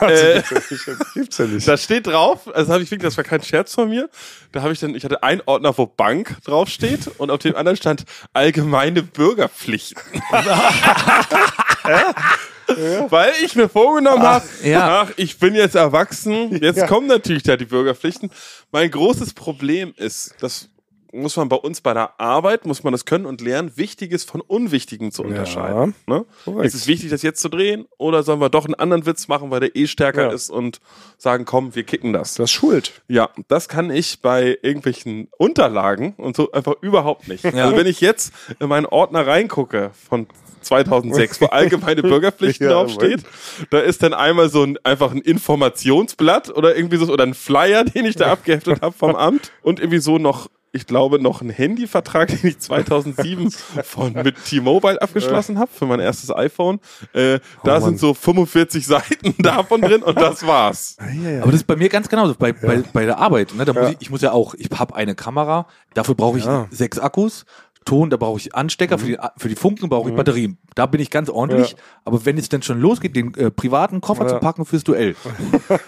S3: Äh,
S1: Das gibt's ja nicht.
S3: Da steht drauf, also habe ich wirklich, das war kein Scherz von mir. Da habe ich dann, ich hatte einen Ordner, wo Bank draufsteht und auf dem anderen stand allgemeine Bürgerpflichten. Ja. Weil ich mir vorgenommen habe,
S2: ja.
S3: ach, ich bin jetzt erwachsen, jetzt kommen natürlich da die Bürgerpflichten. Mein großes Problem ist, das muss man bei uns bei der Arbeit, muss man das können und lernen, Wichtiges von Unwichtigem zu unterscheiden. Ne?
S1: Korrekt.
S3: Ist es wichtig, das jetzt zu drehen oder sollen wir doch einen anderen Witz machen, weil der eh stärker
S1: Ja.
S3: ist und sagen, komm, wir kicken das.
S1: Das ist schuld.
S3: Ja, das kann ich bei irgendwelchen Unterlagen und so einfach überhaupt nicht. Also wenn ich jetzt in meinen Ordner reingucke von 2006, wo allgemeine Bürgerpflichten
S1: Ja,
S3: draufsteht, da ist dann einmal so ein einfach ein Informationsblatt oder irgendwie so oder ein Flyer, den ich da abgeheftet habe vom Amt und irgendwie so noch ich glaube, noch einen Handyvertrag, den ich 2007 von, mit T-Mobile abgeschlossen habe für mein erstes iPhone. Äh, da
S1: Oh Mann.
S3: sind so 45 Seiten davon drin und das war's.
S2: Aber das ist bei mir ganz genauso, bei, bei, bei der Arbeit. Ne? Da muss ich, ich muss ja auch, ich habe eine Kamera, dafür brauche ich
S1: Ja. Mhm.
S2: sechs Akkus, Ton, da brauche ich Anstecker, für, die, für die Funken brauche ich Batterien. Da bin ich ganz ordentlich.
S1: Ja.
S2: Aber wenn es dann schon losgeht, den äh, privaten Koffer zu packen fürs Duell. Äh,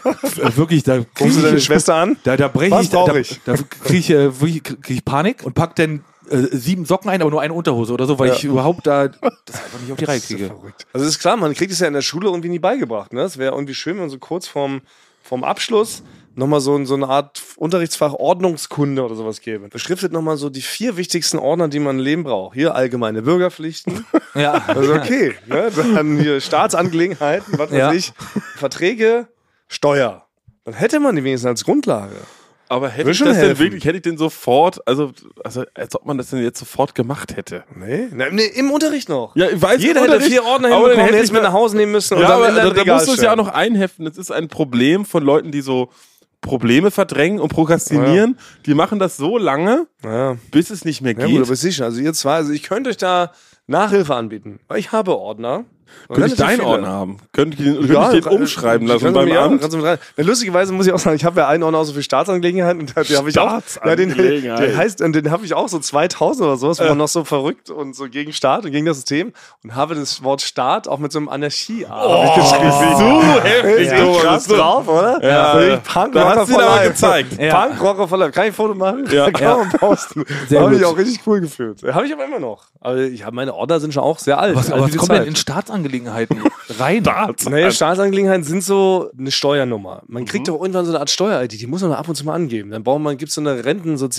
S2: wirklich, da krieg
S1: Rufst du
S2: ich-
S1: deine Schwester an?
S2: Da, da breche
S1: Was
S2: ich, da,
S1: brauch
S2: da,
S1: ich?
S2: da kriege ich, äh, wirklich krieg ich Panik und pack dann äh, sieben Socken ein, aber nur eine Unterhose oder so, weil
S1: Ja.
S2: ich überhaupt da das einfach nicht auf die Reihe kriege.
S1: Also ist klar, man kriegt es ja in der Schule irgendwie nie beigebracht. Ne? Es wäre irgendwie schön, wenn man so kurz vorm, vorm Abschluss nochmal so, ein- so eine Art Unterrichtsfach Ordnungskunde oder sowas gäbe. Beschriftet nochmal so die vier wichtigsten Ordner, die man im Leben braucht. Hier allgemeine Bürgerpflichten.
S2: Ja.
S1: Also okay. Ne? Dann hier Staatsangelegenheiten, was weiß
S2: Ja.
S1: ich. Verträge, Steuer. Dann hätte man die wenigstens als Grundlage.
S3: Aber hätte
S1: Würde
S3: ich
S1: schon
S3: das denn
S1: helfen.
S3: wirklich, hätte ich den sofort, also, also als ob man das denn jetzt sofort gemacht hätte.
S1: Nee? Na, nee im Unterricht noch.
S3: Ja, ich weiß
S1: Jeder
S3: im
S1: hätte
S3: Unterricht,
S1: vier Ordner
S3: aber dann
S1: hinbekommen,
S3: hätte
S1: hätte
S3: ich
S1: es mit
S3: da-
S1: nach Hause nehmen müssen.
S3: ja, aber
S1: in
S3: da,
S1: ein
S3: da
S1: Regal
S3: musst du es ja
S1: stellen.
S3: auch noch einheften. Das ist ein Problem von Leuten, die so Probleme verdrängen und prokrastinieren. Die machen das so lange,
S1: Ja.
S3: bis es nicht mehr
S1: Ja, gut,
S3: geht.
S1: aber sicher. Also ihr zwei, also ich könnte euch da Nachhilfe anbieten. Weil Ich habe Ordner.
S3: könnte ich
S1: Relativ
S3: deinen
S1: viele.
S3: Ordner haben? Könnte ich den,
S1: Ja,
S3: könnte ich den
S1: äh,
S3: umschreiben
S1: ich
S3: lassen
S1: kann
S3: beim
S1: mir- ja,
S3: Amt?
S1: kannst du mit rein. Na, lustigerweise muss ich auch sagen, ich habe ja einen Ordner auch so für Staatsangelegenheiten. Und da habe ich auch, ja, den,
S3: Staatsangelegenheiten. Äh.
S1: der heißt, und den habe ich auch so 2000 oder sowas, war noch so verrückt und so gegen Staat und gegen das System und habe das Wort Staat auch mit so einem Anarchie. Oh,
S3: so heftig,
S1: so
S3: Thomas.
S1: krass
S3: So-
S1: drauf, oder?
S3: Ja.
S1: Völlig Punk
S3: Da
S1: Rocker
S3: hast du ihn
S1: for
S3: aber
S1: life.
S3: gezeigt.
S2: Ja.
S1: Punk Rocker for life. Kann ich ein Foto machen?
S3: Ja.
S1: Kann
S2: Ja.
S1: man posten.
S2: Sehr
S1: Habe ich
S2: gut.
S1: auch richtig cool gefühlt. Habe ich aber immer noch. Aber ich habe meine Ordner sind halt schon auch sehr alt.
S2: Was,
S1: alt
S2: aber
S1: wie
S2: was
S1: die
S2: kommt denn
S1: Also Zeit.
S2: in Staatsangelegenheiten rein?
S1: Naja, Staatsangelegenheiten sind so eine Steuernummer. Man
S2: Mhm.
S1: kriegt doch irgendwann so eine Art Steuer-ID, die muss man ab und zu mal angeben. Dann braucht man, gibt's so eine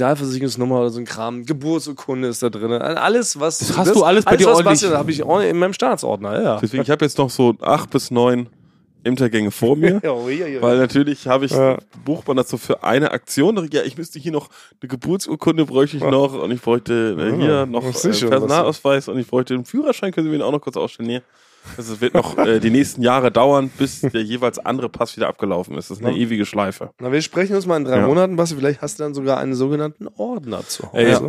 S1: Rentensozialversicherungsnummer oder so ein Kram, Geburtsurkunde ist da drin. Alles, was. Das
S2: hast du alles bei dir
S1: was
S2: ordentlich.
S1: Bastian- hab ich auch in meinem Staatsordner, ja.
S3: Deswegen, ich habe jetzt noch so acht bis neun Ämtergänge vor mir.
S1: Ja, ui, ui, ui.
S3: Weil natürlich habe ich,
S1: Ja.
S3: bucht man das so für eine Aktion. Ja, ich müsste hier noch eine Geburtsurkunde bräuchte ich noch und ich bräuchte äh, hier
S1: Ja,
S3: noch äh,
S1: das ist Ah, schon was.
S3: Personalausweis und ich bräuchte einen Führerschein. Können Sie mir den auch noch kurz ausstellen? Nee. Also es wird noch äh, die nächsten Jahre dauern, bis der jeweils andere Pass wieder abgelaufen ist. Das ist eine ewige Schleife.
S1: Na, wir sprechen uns mal in drei
S3: Ja.
S1: Monaten, Basti. Vielleicht hast du dann sogar einen sogenannten Ordner zu Hause.
S3: Ey, ja.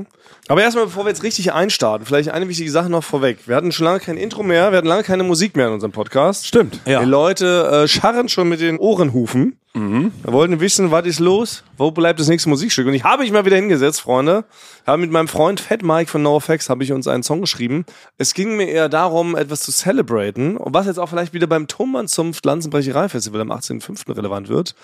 S1: Aber erstmal, bevor wir jetzt richtig einstarten, vielleicht eine wichtige Sache noch vorweg. Wir hatten schon lange kein Intro mehr, wir hatten lange keine Musik mehr in unserem Podcast.
S3: Stimmt.
S2: Ja.
S1: Die Leute äh, scharren schon mit den Ohrenhufen. Wir wollten wissen, was ist los? Wo bleibt das nächste Musikstück? Und ich habe mich mal wieder hingesetzt, Freunde. Habe mit meinem Freund Fat Mike von NoFX habe ich uns einen Song geschrieben. Es ging mir eher darum, etwas zu celebraten. Und was jetzt auch vielleicht wieder beim Tummern Zunft Lanzenbrecherei Festival am 18.05. relevant wird.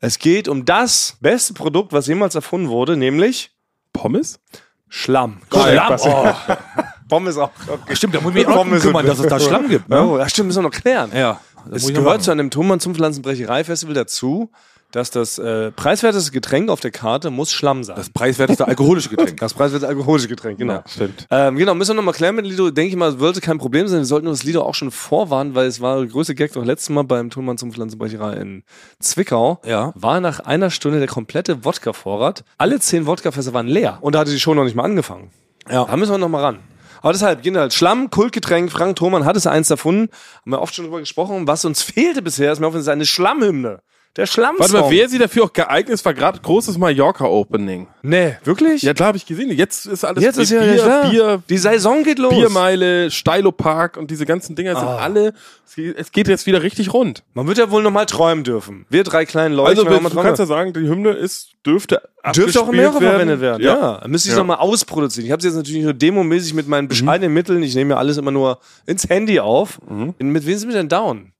S1: Es geht um das beste Produkt, was jemals erfunden wurde, nämlich
S3: Pommes?
S1: Schlamm.
S2: Schlamm? Oh.
S1: Pommes auch. Okay.
S2: Stimmt, da muss ich mich auch
S1: Warum
S2: drum
S1: ist es
S2: kümmern, dass es da
S1: bitte?
S2: Schlamm gibt. Ne?
S1: Oh, ja, stimmt, müssen wir noch klären.
S2: Ja, das
S1: Es
S2: muss ich
S1: gehört
S2: gehört
S1: zu einem Thomann zum Pflanzenbrecherei-Festival dazu, dass das äh, preiswerteste Getränk auf der Karte muss Schlamm sein.
S2: Das preiswerteste alkoholische Getränk.
S1: Das preiswerte alkoholische Getränk, genau.
S2: Ja,
S3: stimmt.
S1: Ähm, genau, müssen wir nochmal klären mit Lido. Denke ich mal, sollte kein Problem sein. Wir sollten uns Lido auch schon vorwarnen, weil es war der größte Gag doch letztes Mal beim Tonmann zum Pflanzenbrecherei in Zwickau.
S2: Ja.
S1: War nach einer Stunde der komplette Wodka-Vorrat. Alle zehn Wodkafässer waren leer. Und da hatte die Show noch nicht mal angefangen.
S2: Ja.
S1: Da müssen wir nochmal ran. Aber deshalb, Kinder, Schlamm, Kultgetränk, Frank Thoman hat es eins erfunden. Haben wir oft schon drüber gesprochen. Was uns fehlte bisher, ist mir offensichtlich eine Schlammhymne. Der Schlammsong.
S3: Warte mal, wer sie dafür auch geeignet ist, war gerade großes Mallorca-Opening.
S1: Nee, wirklich?
S3: Ja, klar, habe ich gesehen. Jetzt ist alles
S1: Jetzt ist ja
S3: Bier,
S1: klar.
S3: Bier,
S1: Die Saison geht los.
S3: Biermeile, Steilopark und diese ganzen Dinger sind
S1: Ah.
S3: alle. Es geht- Es geht jetzt wieder richtig rund.
S1: Man wird ja wohl noch mal träumen dürfen. Wir drei kleinen Leute.
S3: Also,
S1: wir haben
S3: du
S1: mal
S3: kannst ja
S1: träumen.
S3: sagen, die Hymne ist, dürfte
S1: dürfte auch
S3: abgespielt
S1: mehrere verwendet werden.
S3: Ja.
S1: Ja, Dann müsste ich
S3: Ja. Mhm.
S1: noch mal ausproduzieren. Ich habe es jetzt natürlich nur demomäßig mit meinen bescheidenen Mitteln. Ich nehme ja alles immer nur ins Handy auf.
S3: Mhm.
S1: Und Mit wem sind wir denn down?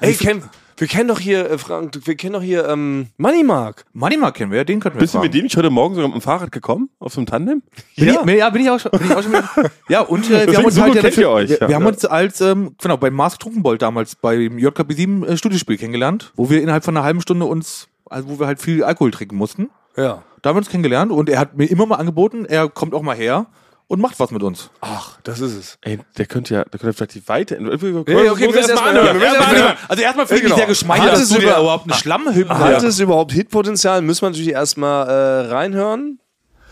S1: Ey, kenn, wir kennen doch hier, äh, Frank, wir kennen doch hier ähm, Money Mark.
S2: Manima kennen wir, ja, den könnten wir
S3: Bist du
S2: fragen.
S3: mit dem nicht heute Morgen sogar mit dem Fahrrad gekommen? Auf so einem Tandem?
S2: Bin
S1: Ja.
S2: ja. Ich, ja, bin ich auch schon. Bin ich auch schon wieder, ja, und äh, wir
S3: Deswegen
S2: haben uns
S3: so
S2: halt ja
S3: gut kennt ihr euch,
S2: Wir,
S3: ja.
S2: wir haben
S3: Ja.
S2: uns als ähm, genau beim Mars Trunkenbold damals beim JKB 7 äh, Studiospiel kennengelernt, wo wir innerhalb von einer halben Stunde uns, also wo wir halt viel Alkohol trinken mussten.
S1: Ja.
S2: Da haben wir uns kennengelernt und er hat mir immer mal angeboten, er kommt auch mal her und macht was mit uns.
S1: Ach, das ist es.
S3: Ey, der könnte ja, der könnte vielleicht die Weite. Ja,
S1: okay, wir müssen erst mal hören. Wir müssen erst mal hören.
S2: Also erstmal finde ich
S1: Genau.
S2: mich sehr geschmeichelt,
S1: Hattest
S2: dass du
S1: du
S2: dir
S1: da-
S2: überhaupt eine Schlammhymne
S1: Hat es überhaupt Hitpotenzial? Müssen wir natürlich erstmal äh, reinhören.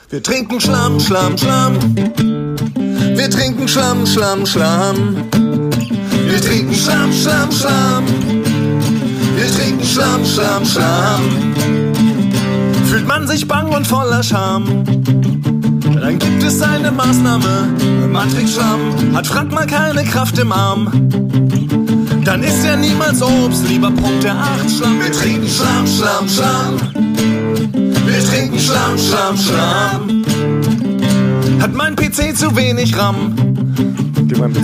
S4: Wir trinken Schlamm, Schlamm, Schlamm. Wir trinken Schlamm, Schlamm, Schlamm. Wir trinken Schlamm, Schlamm, Schlamm. Wir trinken Schlamm, Schlamm, Schlamm. Fühlt man sich bang und voller Scham, dann gibt es eine Maßnahme. Matrix Schlamm hat Frank mal keine Kraft im Arm. Dann ist er niemals Obst, lieber Punkt der Acht Schlamm. Wir trinken Schlamm, Schlamm, Schlamm. Wir trinken Schlamm, Schlamm, Schlamm. Hat mein PC zu wenig RAM,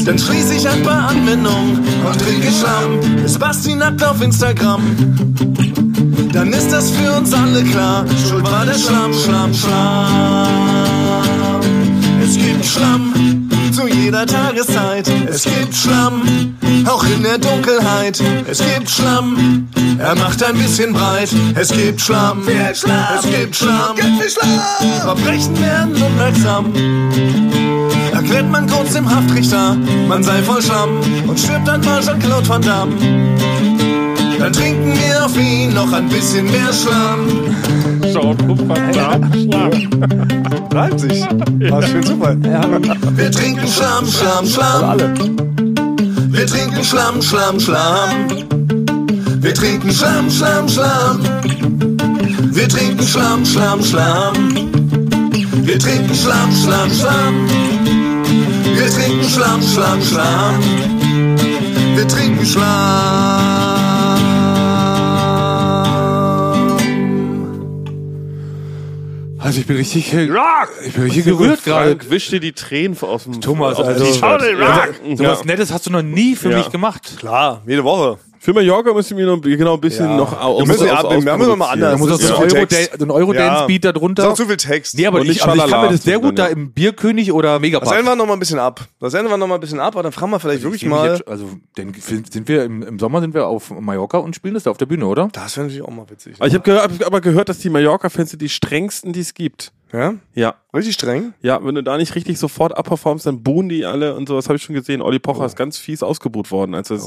S4: dann schließe ich ein paar Anwendungen und trinke Schlamm. Ist Basti nackt auf Instagram? Dann ist das für uns alle klar. Schuld war der Schlamm, Schlamm, Schlamm. Es gibt Schlamm zu jeder Tageszeit. Es gibt Schlamm, auch in der Dunkelheit. Es gibt Schlamm, er macht ein bisschen breit. Es gibt Schlamm, es gibt Schlamm. Verbrechen werden unwirksam. Erklärt man kurz dem Haftrichter, man sei voll Schlamm und stirbt dann mal Jean-Claude Van Damme. Dann trinken wir auf ihn noch ein bisschen mehr Schlamm.
S1: Reimt sich. War schön Zufall.
S4: Wir trinken Schlamm, Schlamm, Schlamm. Wir trinken Schlamm, Schlamm, Schlamm. Wir trinken Schlamm, Schlamm, Schlamm. Wir trinken Schlamm, Schlamm, Schlamm. Wir trinken Schlamm, Schlamm, Schlamm. Wir trinken Schlamm, Schlamm, Schlamm. Wir trinken Schlamm.
S2: Also ich bin richtig, äh,
S1: Rock!
S2: ich bin richtig gerührt gerade.
S3: Frank wischte die Tränen aus dem
S2: Thomas,
S3: aus dem
S2: also-
S3: T-Shirt.
S1: Schade,
S3: ja.
S2: So
S3: Ja.
S2: was Nettes hast du noch nie für
S3: Ja.
S2: mich gemacht.
S1: Klar, jede Woche.
S3: Für Mallorca müssen wir noch genau ein bisschen
S1: Ja.
S3: noch
S1: Wir
S3: aus,
S1: müssen
S3: aus,
S1: ab- wir müssen noch mal
S3: ausproduzieren.
S1: anders.
S2: Da muss auch
S1: ist
S2: so
S1: zu
S2: ein
S1: viel
S2: Euro-
S1: Text.
S2: so ein Euro-Dance-Beat da
S1: Das
S2: drunter.
S1: ist auch zu viel Text.
S2: Nee, aber
S3: Und
S2: ich,
S3: nicht
S2: also ich kann mir
S3: Schalala.
S2: das sehr gut
S3: Dann,
S2: da
S3: ja.
S2: im Bierkönig oder
S1: Das ändern
S2: Megapark.
S1: wir noch mal ein bisschen ab. Das ändern wir noch mal ein bisschen ab, aber dann fragen wir vielleicht wirklich mal.
S2: Jetzt, also denn sind wir im, im Sommer sind wir auf Mallorca und spielen das da auf der Bühne, oder?
S1: Das wäre natürlich auch mal witzig.
S2: Ah,
S3: Aber Ich habe gehört, hab aber gehört, dass die Mallorca-Fans sind die strengsten, die es gibt.
S1: Ja?
S3: Ja.
S1: Richtig streng.
S3: Ja, wenn du da nicht richtig sofort abperformst, dann buhen die alle und sowas habe ich schon gesehen. Olli Pocher
S1: Oh.
S3: ist ganz fies ausgebuht worden, als er,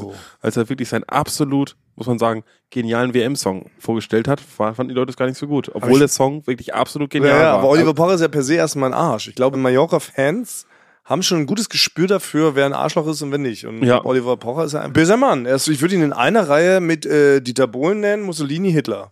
S3: als er wirklich seinen absolut, muss man sagen, genialen WM-Song vorgestellt hat. War- Fanden die Leute es gar nicht so gut. Obwohl der Song wirklich absolut
S1: Ja,
S3: genial
S1: ja,
S3: war. Also,
S1: aber
S2: also-
S1: Oliver Pocher ist ja per se erstmal ein Arsch. Ich glaube, Mallorca-Fans haben schon ein gutes Gespür dafür, wer ein Arschloch ist und wer nicht. Und
S3: Ja.
S1: Oliver Pocher ist ja ein böser Mann. Er ist, ich würde ihn in einer Reihe mit äh, Dieter Bohlen nennen, Mussolini, Hitler.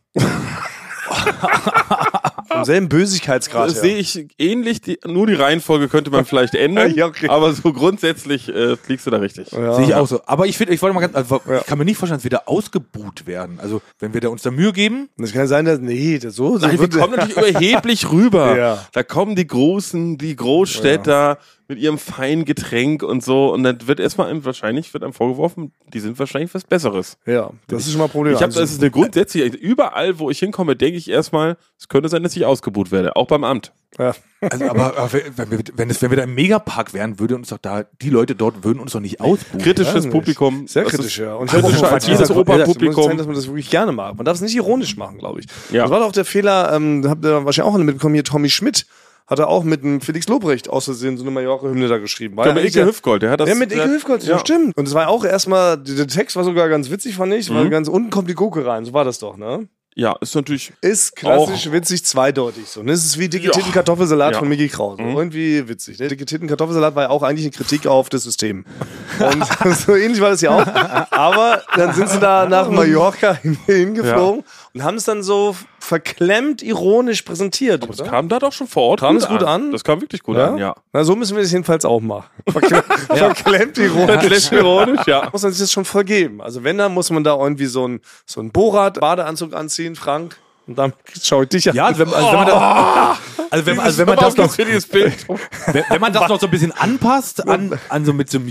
S1: Vom selben Bösigkeitsgrad
S3: das sehe
S1: her.
S3: ich ähnlich, die, nur die Reihenfolge könnte man vielleicht ändern,
S1: Ja, okay.
S3: aber so grundsätzlich äh, liegst du da richtig.
S2: Sehe ich auch so. Aber ich finde, ich wollte mal ganz, also,
S1: Ja.
S2: ich kann mir nicht vorstellen, dass wir da ausgebuht werden. Also wenn wir da uns da Mühe geben,
S1: Und Es kann sein, dass, nee, das so, so
S3: Nein, wir
S1: wird-
S3: kommen natürlich überheblich rüber.
S1: Ja.
S3: Da kommen die Großen, die Großstädter mit ihrem feinen Getränk und so. Und dann wird erstmal einem, wahrscheinlich wird einem vorgeworfen, die sind wahrscheinlich was Besseres.
S1: Ja, das ist schon mal ein Problem.
S3: ich habe,
S1: Also-
S3: das ist eine grundsätzliche, überall, wo ich hinkomme, denke ich erstmal, es könnte sein, dass ich ausgebuht werde. Auch beim Amt.
S1: ja.
S2: also, aber, aber wenn, wir, wenn, es, wenn wir da im Megapark wären, würde uns doch da, die Leute dort würden uns doch nicht ausbuhen.
S1: Weiß
S3: Kritisches
S1: nicht.
S3: Publikum.
S1: Sehr
S3: Das
S1: kritisch,
S3: ist
S1: ja. Und
S3: kritischer als jedes Opernpublikum.
S1: Sein, dass man das wirklich gerne mag. Man darf es nicht ironisch machen, glaube ich.
S3: Ja.
S1: Das war doch der Fehler, ähm, da habt ihr wahrscheinlich auch alle mitbekommen, hier Tommy Schmidt hat er auch mit dem Felix Lobrecht aus Versehen so eine Mallorca-Hymne da geschrieben. War
S3: Ja, mit
S1: eigentlich
S3: Ike Hüfgold, der hat das.
S1: ja, mit Ike Hüfgold, ja. stimmt.
S3: Mhm.
S1: Und es war auch erstmal, der Text war sogar ganz witzig, fand ich, weil ganz unten kommt die Gurke rein, so war das doch, ne?
S3: Ja, ist natürlich.
S1: Ist klassisch witzig zweideutig so. Ne? Es ist wie dicke
S3: Ja.
S1: Titten Kartoffelsalat
S3: Ja.
S1: von Mickey Krause. Irgendwie witzig. Ne? Dicke Titten Kartoffelsalat war ja auch eigentlich eine Kritik auf das System. Und so ähnlich war das ja auch. Aber dann sind sie da nach Mallorca hin- hingeflogen und haben es dann so verklemmt ironisch präsentiert.
S3: Das
S1: oder?
S3: kam da doch schon vor Ort.
S1: Kam es gut an?
S3: Das kam wirklich gut an, ja.
S1: Na, so müssen wir das jedenfalls auch machen. Verklemmt, verklemmt ironisch.
S3: Ironisch, ja.
S1: Muss man sich das schon vergeben. Also wenn, dann muss man da irgendwie so einen so einen Borat-Badeanzug anziehen, Frank. Und dann schaue ich dich an.
S2: Ja, also wenn, also wenn man das, also wenn, also wenn man das noch,
S3: Dieses Bild.
S2: wenn, wenn man das noch so ein bisschen anpasst an, an so mit so einem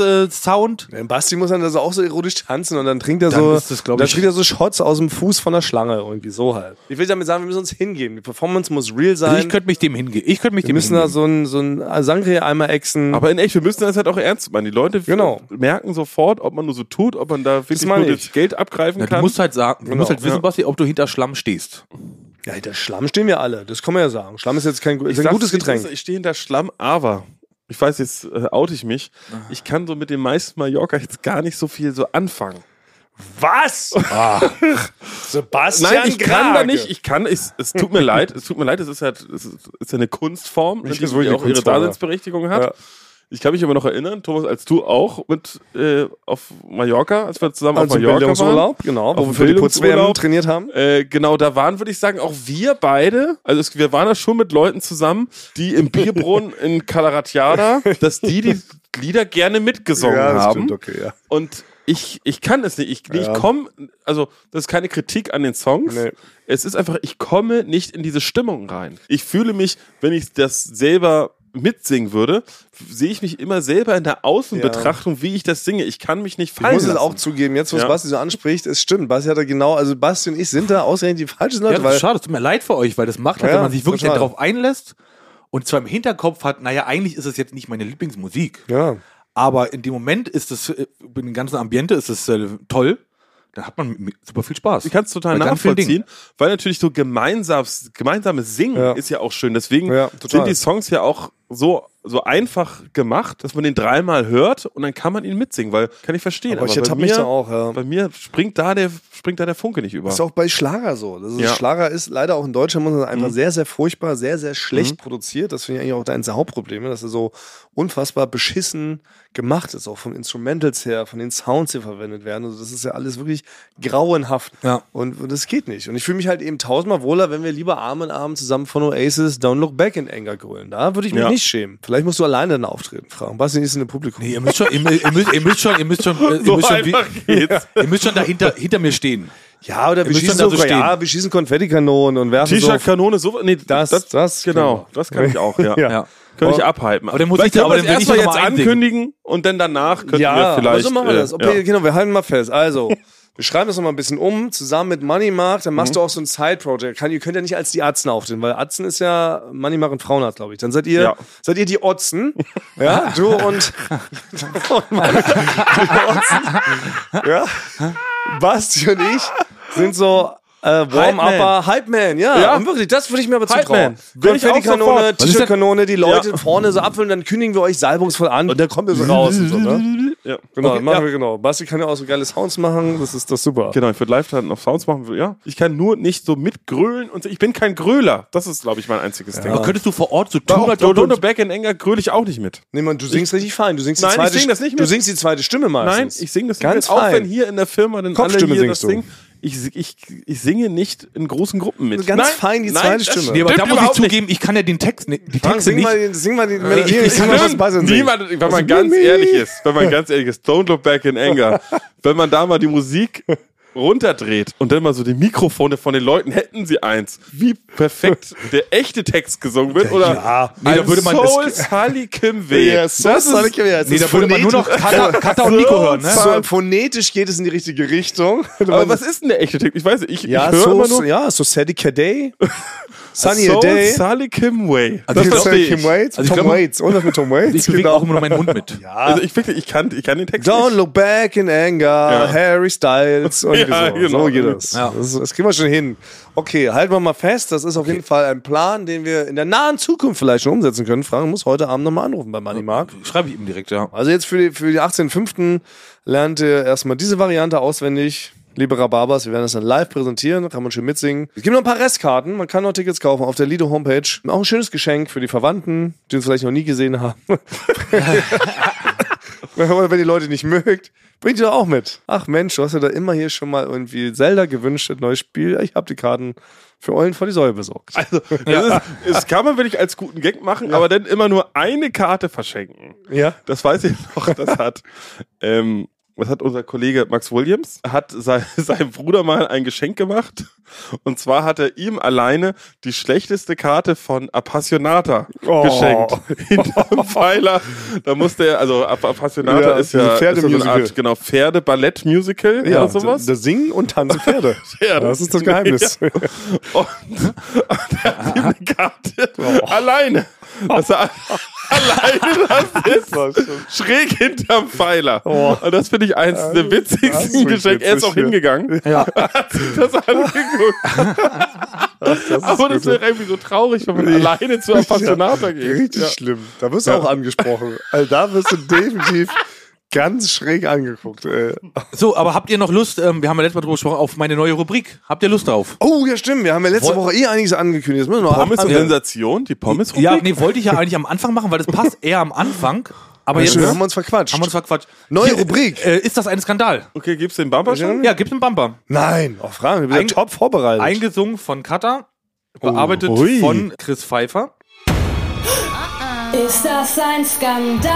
S2: Eurodance-Sound,
S1: Ja, Basti muss dann also auch so erotisch tanzen und dann trinkt er
S2: Dann
S1: so,
S2: ist das, glaub
S1: dann
S2: ich-
S1: trinkt er so Shots aus dem Fuß von der Schlange irgendwie so halt. Also Ich will damit sagen, wir müssen uns hingeben. Die Performance muss real sein.
S2: ich könnte mich dem hingehen. Ich könnte mich
S1: wir
S2: dem
S1: müssen
S2: hingehen.
S1: da so ein so ein Sangria einmal exen.
S3: Aber in echt, wir müssen das halt auch ernst meinen. Die Leute
S1: Genau.
S3: merken sofort, ob man nur so tut, ob man da wirklich
S1: meine
S3: nur
S1: ich.
S3: das Geld abgreifen
S2: Ja,
S3: kann.
S2: du musst halt sagen, du
S1: Genau,
S2: musst halt wissen,
S1: ja.
S2: Basti, ob du hinter Schlamm stehst.
S1: ja, hinter Schlamm stehen wir alle. Das kann man ja sagen. Schlamm ist jetzt kein, gu- ist ein
S3: sag's
S1: gutes
S3: dir,
S1: Getränk.
S3: Ich stehe hinter Schlamm, aber ich weiß, jetzt äh, oute ich mich. Ich kann so mit den meisten Mallorca jetzt gar nicht so viel so anfangen.
S1: Was? Sebastian
S3: Nein, ich kann da
S1: Krage.
S3: nicht. Ich kann, es, es tut mir leid. Es tut mir leid. Es ist halt, es ist, es ist eine Kunstform,
S1: Richtig,
S3: natürlich,
S1: wirklich
S3: die
S1: eine
S3: auch ihre
S1: Kunstform, ja.
S3: Daseinsberechtigung hat.
S1: Ja.
S3: Ich kann mich aber noch erinnern, Thomas, als du auch mit äh, auf Mallorca, als wir zusammen
S1: Also
S3: auf Mallorca waren.
S1: Bildungsurlaub, genau,
S3: Auf
S1: wo wir für die Putzwärme
S3: Bildungsurlaub.
S1: trainiert haben.
S3: Äh, genau, da waren, würde ich sagen, auch wir beide, also es, wir waren da schon mit Leuten zusammen, die im Bierbrunnen in Calaratiada, dass die die Lieder gerne mitgesungen haben.
S1: okay, ja.
S3: Und ich, ich kann es nicht. Ich, ich komme, also das ist keine Kritik an den Songs.
S1: Nee.
S3: Es ist einfach, ich komme nicht in diese Stimmung rein. Ich fühle mich, wenn ich das selber mitsingen würde, sehe ich mich immer selber in der Außenbetrachtung, wie ich das singe. Ich kann mich nicht
S1: Ich
S3: fallen
S1: muss es
S3: lassen.
S1: auch zugeben, jetzt wo es
S3: Ja.
S1: Basti so anspricht, es stimmt. Basti hat da genau, also Basti und ich sind da ausgerechnet die falschen
S2: Ja,
S1: Leute,
S2: das
S1: weil
S2: ist schade, es tut mir leid für euch, weil das macht halt,
S1: Ja,
S2: wenn man sich wirklich
S1: total.
S2: darauf einlässt und zwar im Hinterkopf hat, naja, eigentlich ist es jetzt nicht meine Lieblingsmusik,
S1: ja.
S2: aber in dem Moment ist es, äh, in dem ganzen Ambiente ist es äh, toll, dann hat man m- m- super viel Spaß.
S3: Ich kann es total
S2: Bei ganz vielen
S3: nachvollziehen, weil natürlich so gemeinsames, gemeinsames Singen
S1: Ja.
S3: ist ja auch schön. Deswegen
S1: Ja, total.
S3: sind die Songs ja auch so, so einfach gemacht, dass man den dreimal hört und dann kann man ihn mitsingen, weil kann ich verstehen.
S1: Aber ich ertapp mich da auch, ja.
S3: bei mir springt da der, springt da der Funke nicht über.
S1: Das ist auch bei Schlager so. Das ist,
S3: Ja.
S1: Schlager ist leider auch in Deutschland muss man sagen, einfach sehr, sehr furchtbar, sehr, sehr schlecht produziert. Das finde ich eigentlich auch eines der Hauptprobleme, dass er so unfassbar beschissen gemacht ist, auch vom Instrumentals her, von den Sounds, die verwendet werden. Also das ist ja alles wirklich grauenhaft.
S2: Ja.
S1: Und, und das geht nicht. Und ich fühle mich halt eben tausendmal wohler, wenn wir lieber Arm in Arm zusammen von Oasis Don't Look Back in Anger grölen. Da würde ich mich
S3: Ja.
S1: nicht schämen. Vielleicht musst du alleine dann auftreten, fragen. Was ist denn im Publikum?
S2: Nee, ihr müsst schon, ihr, mü- ihr, müsst, ihr müsst schon, ihr müsst schon, äh, ihr,
S3: So
S2: müsst schon
S3: einfach
S2: wie- ihr müsst schon dahinter hinter mir stehen.
S1: Ja, oder wir
S2: müsst
S1: schießen,
S2: dann da
S1: so,
S2: so
S1: ja,
S2: stehen.
S1: wir schießen Konfettikanonen und werfen so
S3: T-Shirt, Kanone, so, nee,
S1: Das- das können
S3: genau,
S1: wir.
S3: das kann ich auch, ja.
S1: Ja.
S2: Ja.
S3: Kann ich abhypen.
S2: aber dann muss ich-
S3: können
S2: aber
S3: wir
S2: dann
S3: das
S2: will ich noch
S3: erstmal jetzt
S2: mal einsingen.
S3: ankündigen und dann danach können wir vielleicht.
S1: aber so machen wir
S3: äh,
S1: das. Okay,
S3: ja.
S1: genau, wir halten mal fest. Also, wir schreiben das nochmal ein bisschen um, zusammen mit Money Markt, dann
S3: Mhm.
S1: machst du auch so ein Side-Project. Kann, ihr könnt ja nicht als die Atzen auftreten, weil Atzen ist ja Money Markt und Frauenart, glaube ich. Dann seid ihr,
S3: Ja.
S1: seid ihr die Otzen. Ja, du und, und meine, die Otzen. Ja, Basti und ich sind so äh, Warm-Upper, Hype-Man. Ja,
S3: Ja.
S1: und wirklich, das würde ich mir aber
S3: Hype
S1: zutrauen.
S3: Man. Will ich auch
S1: Konfetti-Kanone,
S3: sofort. Was ist denn-
S1: T-Shirt-Kanone, die Leute
S3: Ja.
S1: vorne so abfüllen, dann kündigen wir euch salbungsvoll an und dann kommt ihr so raus. Und so, ne?
S3: Ja.
S1: Genau,
S3: Okay,
S1: machen
S3: ja.
S1: wir genau. Basti kann ja auch so geile Sounds machen, das ist das super.
S3: Genau, ich würde live dann auf Sounds machen. Ja, ich kann nur nicht so mitgrölen und so. ich bin kein Gröler. Das ist, glaube ich, mein einziges Ding.
S2: Aber könntest du vor Ort so tun,
S3: Doch,
S2: als ob du-
S3: Dodo Back in Enger gröle ich auch nicht mit.
S1: Nee, man, du singst richtig fein. Du singst,
S3: Nein,
S1: die
S3: ich
S1: zweite,
S3: sing das nicht
S1: du
S3: mit.
S1: singst die zweite Stimme
S3: Nein,
S1: meistens.
S3: ich singe das
S1: Ganz
S3: nicht mit. Auch
S1: fein.
S3: wenn hier in der Firma dann
S1: Kopfstimme
S3: alle hier
S1: singst
S3: das
S1: du.
S3: singen. Ich, ich, ich singe nicht in großen Gruppen mit.
S1: Ganz fein die zweite
S3: das
S1: Stimme.
S2: Nee, aber da muss
S3: stimmt
S2: ich
S3: überhaupt nicht.
S2: zugeben, ich kann ja den Text, nee, die
S1: Frank,
S2: Texte
S1: sing,
S2: nicht.
S1: mal, den- sing mal die Melodie.
S2: ich
S1: sing mal
S2: kann
S1: was Bastian singt.
S3: Niemand, wenn man ganz ehrlich ist, wenn man ganz ehrlich ist, don't look back in anger. wenn man da mal die Musik runterdreht und dann mal so die Mikrofone von den Leuten hätten sie eins, wie perfekt der echte Text gesungen wird oder
S1: Ja.
S2: Nee, da würde man das-
S3: Soul Sally Kim weh.
S1: Ja, so
S3: das
S1: soll ich
S3: ist,
S1: ja, jetzt
S2: nee,
S1: ist
S2: da würde man nur noch
S1: phonetisch-
S2: Kata, Kata und Nico hören, ne?
S1: So, phonetisch geht es in die richtige Richtung.
S3: aber was ist denn der echte Text? Ich weiß nicht, ich,
S1: ja,
S3: ich höre
S1: so,
S3: immer
S1: so,
S3: nur
S1: ja, so Sadie Caday, Sunny a
S3: Soul
S1: Day,
S3: Sally Kim Way.
S2: Also ich
S1: Sunny
S2: glaub,
S3: verstehe
S1: Kim Waits,
S2: Also ich
S1: Tom
S2: glaub-
S1: Waits, und das mit Tom Waits.
S2: Ich bewege
S3: genau
S2: auch immer nur meinen Mund mit.
S1: ja.
S3: Also ich, wirklich, ich, kann, ich kann den Text
S1: Don't
S3: nicht.
S1: look back in anger, Harry Styles und
S3: Ja,
S1: so.
S3: genau.
S1: so geht das.
S2: Ja.
S1: das. Das kriegen wir schon hin. Okay, halten wir mal fest, das ist auf jeden Fall ein Plan, den wir in der nahen Zukunft vielleicht schon umsetzen können. Fragen muss heute Abend nochmal anrufen bei Money Mark.
S2: Schreibe ich ihm direkt, ja.
S1: Also jetzt für die, für die 18.05. lernt ihr erstmal diese Variante auswendig. Liebe Rhabarbers, wir werden das dann live präsentieren, kann man schön mitsingen. Es gibt noch ein paar Restkarten, man kann noch Tickets kaufen auf der Lido-Homepage. Auch ein schönes Geschenk für die Verwandten, die uns vielleicht noch nie gesehen haben. Oder wenn ihr Leute nicht mögt, bringt die doch auch mit. Ach Mensch, du hast ja da immer hier schon mal irgendwie Zelda gewünscht, ein neues Spiel. Ich habe die Karten für Eulen vor die Säule besorgt.
S3: Also, das, ist, das kann man wirklich als guten Gag machen, aber dann immer nur eine Karte verschenken.
S1: Ja?
S3: Das weiß ich noch, das hat, ähm, das hat unser Kollege Max Williams, hat sein, seinem Bruder mal ein Geschenk gemacht. Und zwar hat er ihm alleine die schlechteste Karte von Appassionata
S1: Oh.
S3: geschenkt. Hinterm Pfeiler. Da musste er, also App- Appassionata
S1: Ja,
S3: ist
S1: diese
S3: ja ist so eine
S1: Pferdemusical.
S3: Art, genau, Pferde-Ballett-Musical oder sowas.
S1: Das Singen und Tanzen Pferde.
S3: Ja,
S1: das ist das Geheimnis.
S3: Und, und er hat ihm eine Karte alleine. Dass er alleine das ist. Schräg hinterm Pfeiler. Und das finde ich eins der
S1: das
S3: witzigsten
S1: ist
S3: Geschenke. Er ist
S1: witzig,
S3: auch
S1: ja.
S3: hingegangen.
S2: Ja.
S3: Hat sich das angeguckt. Aber das wäre irgendwie so traurig, wenn man alleine zu Appassionata geht.
S1: Richtig
S3: Ja.
S1: schlimm. Da wirst du auch angesprochen. Also da wirst du definitiv ganz schräg angeguckt. Ey.
S2: So, aber habt ihr noch Lust, ähm, wir haben ja letztes Mal drüber gesprochen, auf meine neue Rubrik. Habt ihr Lust drauf?
S1: Oh, ja stimmt. Wir haben ja letzte
S2: Woll-
S1: Woche eh einiges angekündigt. Das müssen wir noch
S3: Pommes
S1: ab-
S3: und Sensation, die pommes
S2: Ja, nee, wollte ich ja eigentlich am Anfang machen, weil das passt eher am Anfang. Aber jetzt
S1: Stimmt, haben wir uns verquatscht.
S2: haben wir uns verquatscht.
S1: Neue Rubrik.
S2: Äh, ist das ein Skandal?
S3: Okay, gibt's den Bumper schon?
S2: Ja, gibt's einen Bumper.
S1: Nein. Oh, Fragen. Wir sind
S2: Eing-
S1: top vorbereitet.
S2: Eingesungen von Kata, bearbeitet
S1: hui.
S2: von Chris Pfeiffer.
S5: Ist das ein Skandal?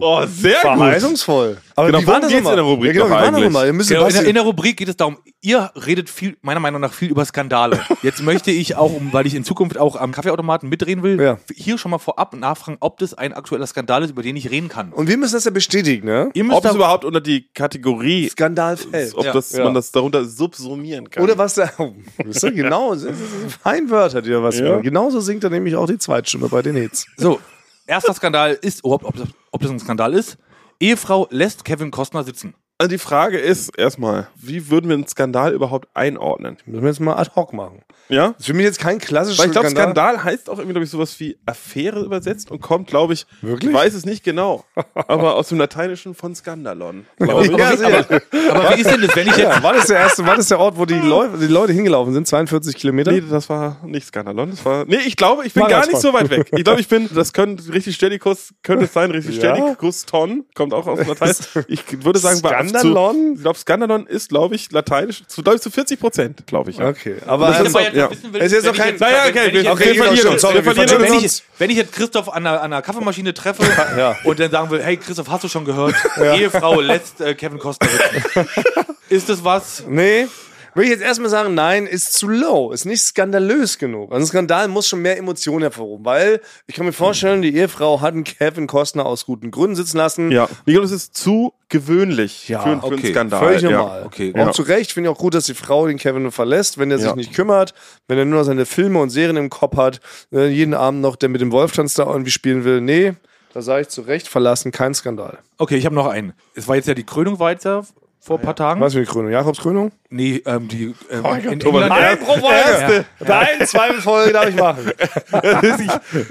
S3: Oh, sehr
S1: Verheißungsvoll. Aber
S3: Genau,
S1: wie war
S3: worum
S1: das
S3: geht's
S1: nochmal?
S3: in der Rubrik
S1: Ja, genau, wie
S3: doch
S1: war das
S3: eigentlich?
S1: nochmal? Ihr müsst
S2: Genau, in, der,
S1: Basti-
S2: in der Rubrik geht es darum, ihr redet viel, meiner Meinung nach viel über Skandale. Jetzt möchte ich auch, um, weil ich in Zukunft auch am Kaffeeautomaten mitreden will,
S1: Ja.
S2: hier schon mal vorab nachfragen, ob das ein aktueller Skandal ist, über den ich reden kann.
S1: und wir müssen das ja bestätigen, ne?
S2: Ihr müsst
S3: Ob es
S2: da,
S3: überhaupt unter die Kategorie
S1: Skandal fällt.
S3: ob
S2: Ja.
S3: das,
S1: Ja.
S3: man das darunter subsumieren kann.
S1: Oder was da. Oh, Ist ja genau. Das sind Feinwörter, die da was
S3: Ja.
S1: machen. Genauso singt er nämlich auch die Zweitstimme bei den Hits.
S2: so, erster Skandal ist, überhaupt, ob das, ob das ein Skandal ist, Ehefrau lässt Kevin Costner sitzen.
S3: Also die Frage ist erstmal, wie würden wir einen Skandal überhaupt einordnen?
S1: Müssen wir jetzt mal ad hoc machen.
S3: Ja?
S1: Das ist für mich jetzt kein klassischer
S3: Weil ich glaube, Skandal heißt auch irgendwie, glaube ich, sowas wie Affäre übersetzt und kommt, glaube ich,
S1: Wirklich?
S3: ich weiß es nicht genau, aber aus dem Lateinischen von Skandalon. glaub ich.
S1: Ja, sicher.
S2: Aber wie ist denn das, wenn ich jetzt,
S1: Ja, war, das der erste, war das der Ort, wo die, Leu die Leute hingelaufen sind? 42 Kilometer?
S3: Nee, das war nicht Skandalon. Das war. Nee, ich glaube, ich bin
S1: War
S3: gar
S1: ganz
S3: nicht so weit weg. Ich glaube, ich bin. Das könnte richtig Stellikus, könnte es sein, richtig
S1: Ja.
S3: Stellikuston, kommt auch aus Latein. Ich würde sagen, bei
S1: Skandalon?
S3: Zu, ich glaube, Skandalon ist, glaube ich, lateinisch, zu, glaube ich, zu 40 Prozent, glaube ich. Ja.
S1: Okay, aber.
S2: Ich
S1: Also,
S2: aber jetzt
S1: ja.
S2: wissen will,
S1: Es ist jetzt
S2: wenn
S1: noch
S2: ich
S1: kein.
S2: jetzt-
S3: Naja,
S2: wenn-
S3: okay,
S2: wenn ich
S3: wir,
S2: jetzt-
S3: wir
S1: okay,
S3: verlieren
S1: schon,
S3: uns.
S1: sorry,
S3: wir
S1: wir
S3: verlieren
S1: verlieren
S3: uns.
S2: wenn, ich, wenn ich jetzt Christoph an der, an der Kaffeemaschine treffe
S1: Ja.
S2: und dann sagen will, hey Christoph, hast du schon gehört? Ehefrau lässt äh, Kevin Costner sitzen. ist das was?
S1: Nee. Will ich jetzt erstmal sagen, nein, ist zu low, ist nicht skandalös genug. Also ein Skandal muss schon mehr Emotionen hervorrufen, weil ich kann mir vorstellen, die Ehefrau hat einen Kevin Costner aus guten Gründen sitzen lassen.
S3: Ja, ich glaube, das ist zu gewöhnlich
S1: Ja,
S3: für, für einen
S2: okay.
S3: Skandal.
S1: Völlig
S3: ja.
S1: normal.
S2: okay,
S1: und
S3: ja.
S1: zu Recht finde ich auch gut, dass die Frau den Kevin verlässt, wenn er sich
S3: Ja.
S1: nicht kümmert, wenn er nur noch seine Filme und Serien im Kopf hat, äh, jeden Abend noch der mit dem Wolftanz da irgendwie spielen will. Nee, da sage ich zu Recht verlassen, kein Skandal.
S2: Okay, ich habe noch einen. Es war jetzt ja die Krönung weiter vor ein paar Tagen.
S1: Was für eine Krönung? Jakobs Krönung?
S2: Nee, ähm, die ähm, in
S3: Thomas,
S2: England-
S3: Nein,
S1: pro Folge. Nein, zwei Folge darf ich machen.
S3: Das ist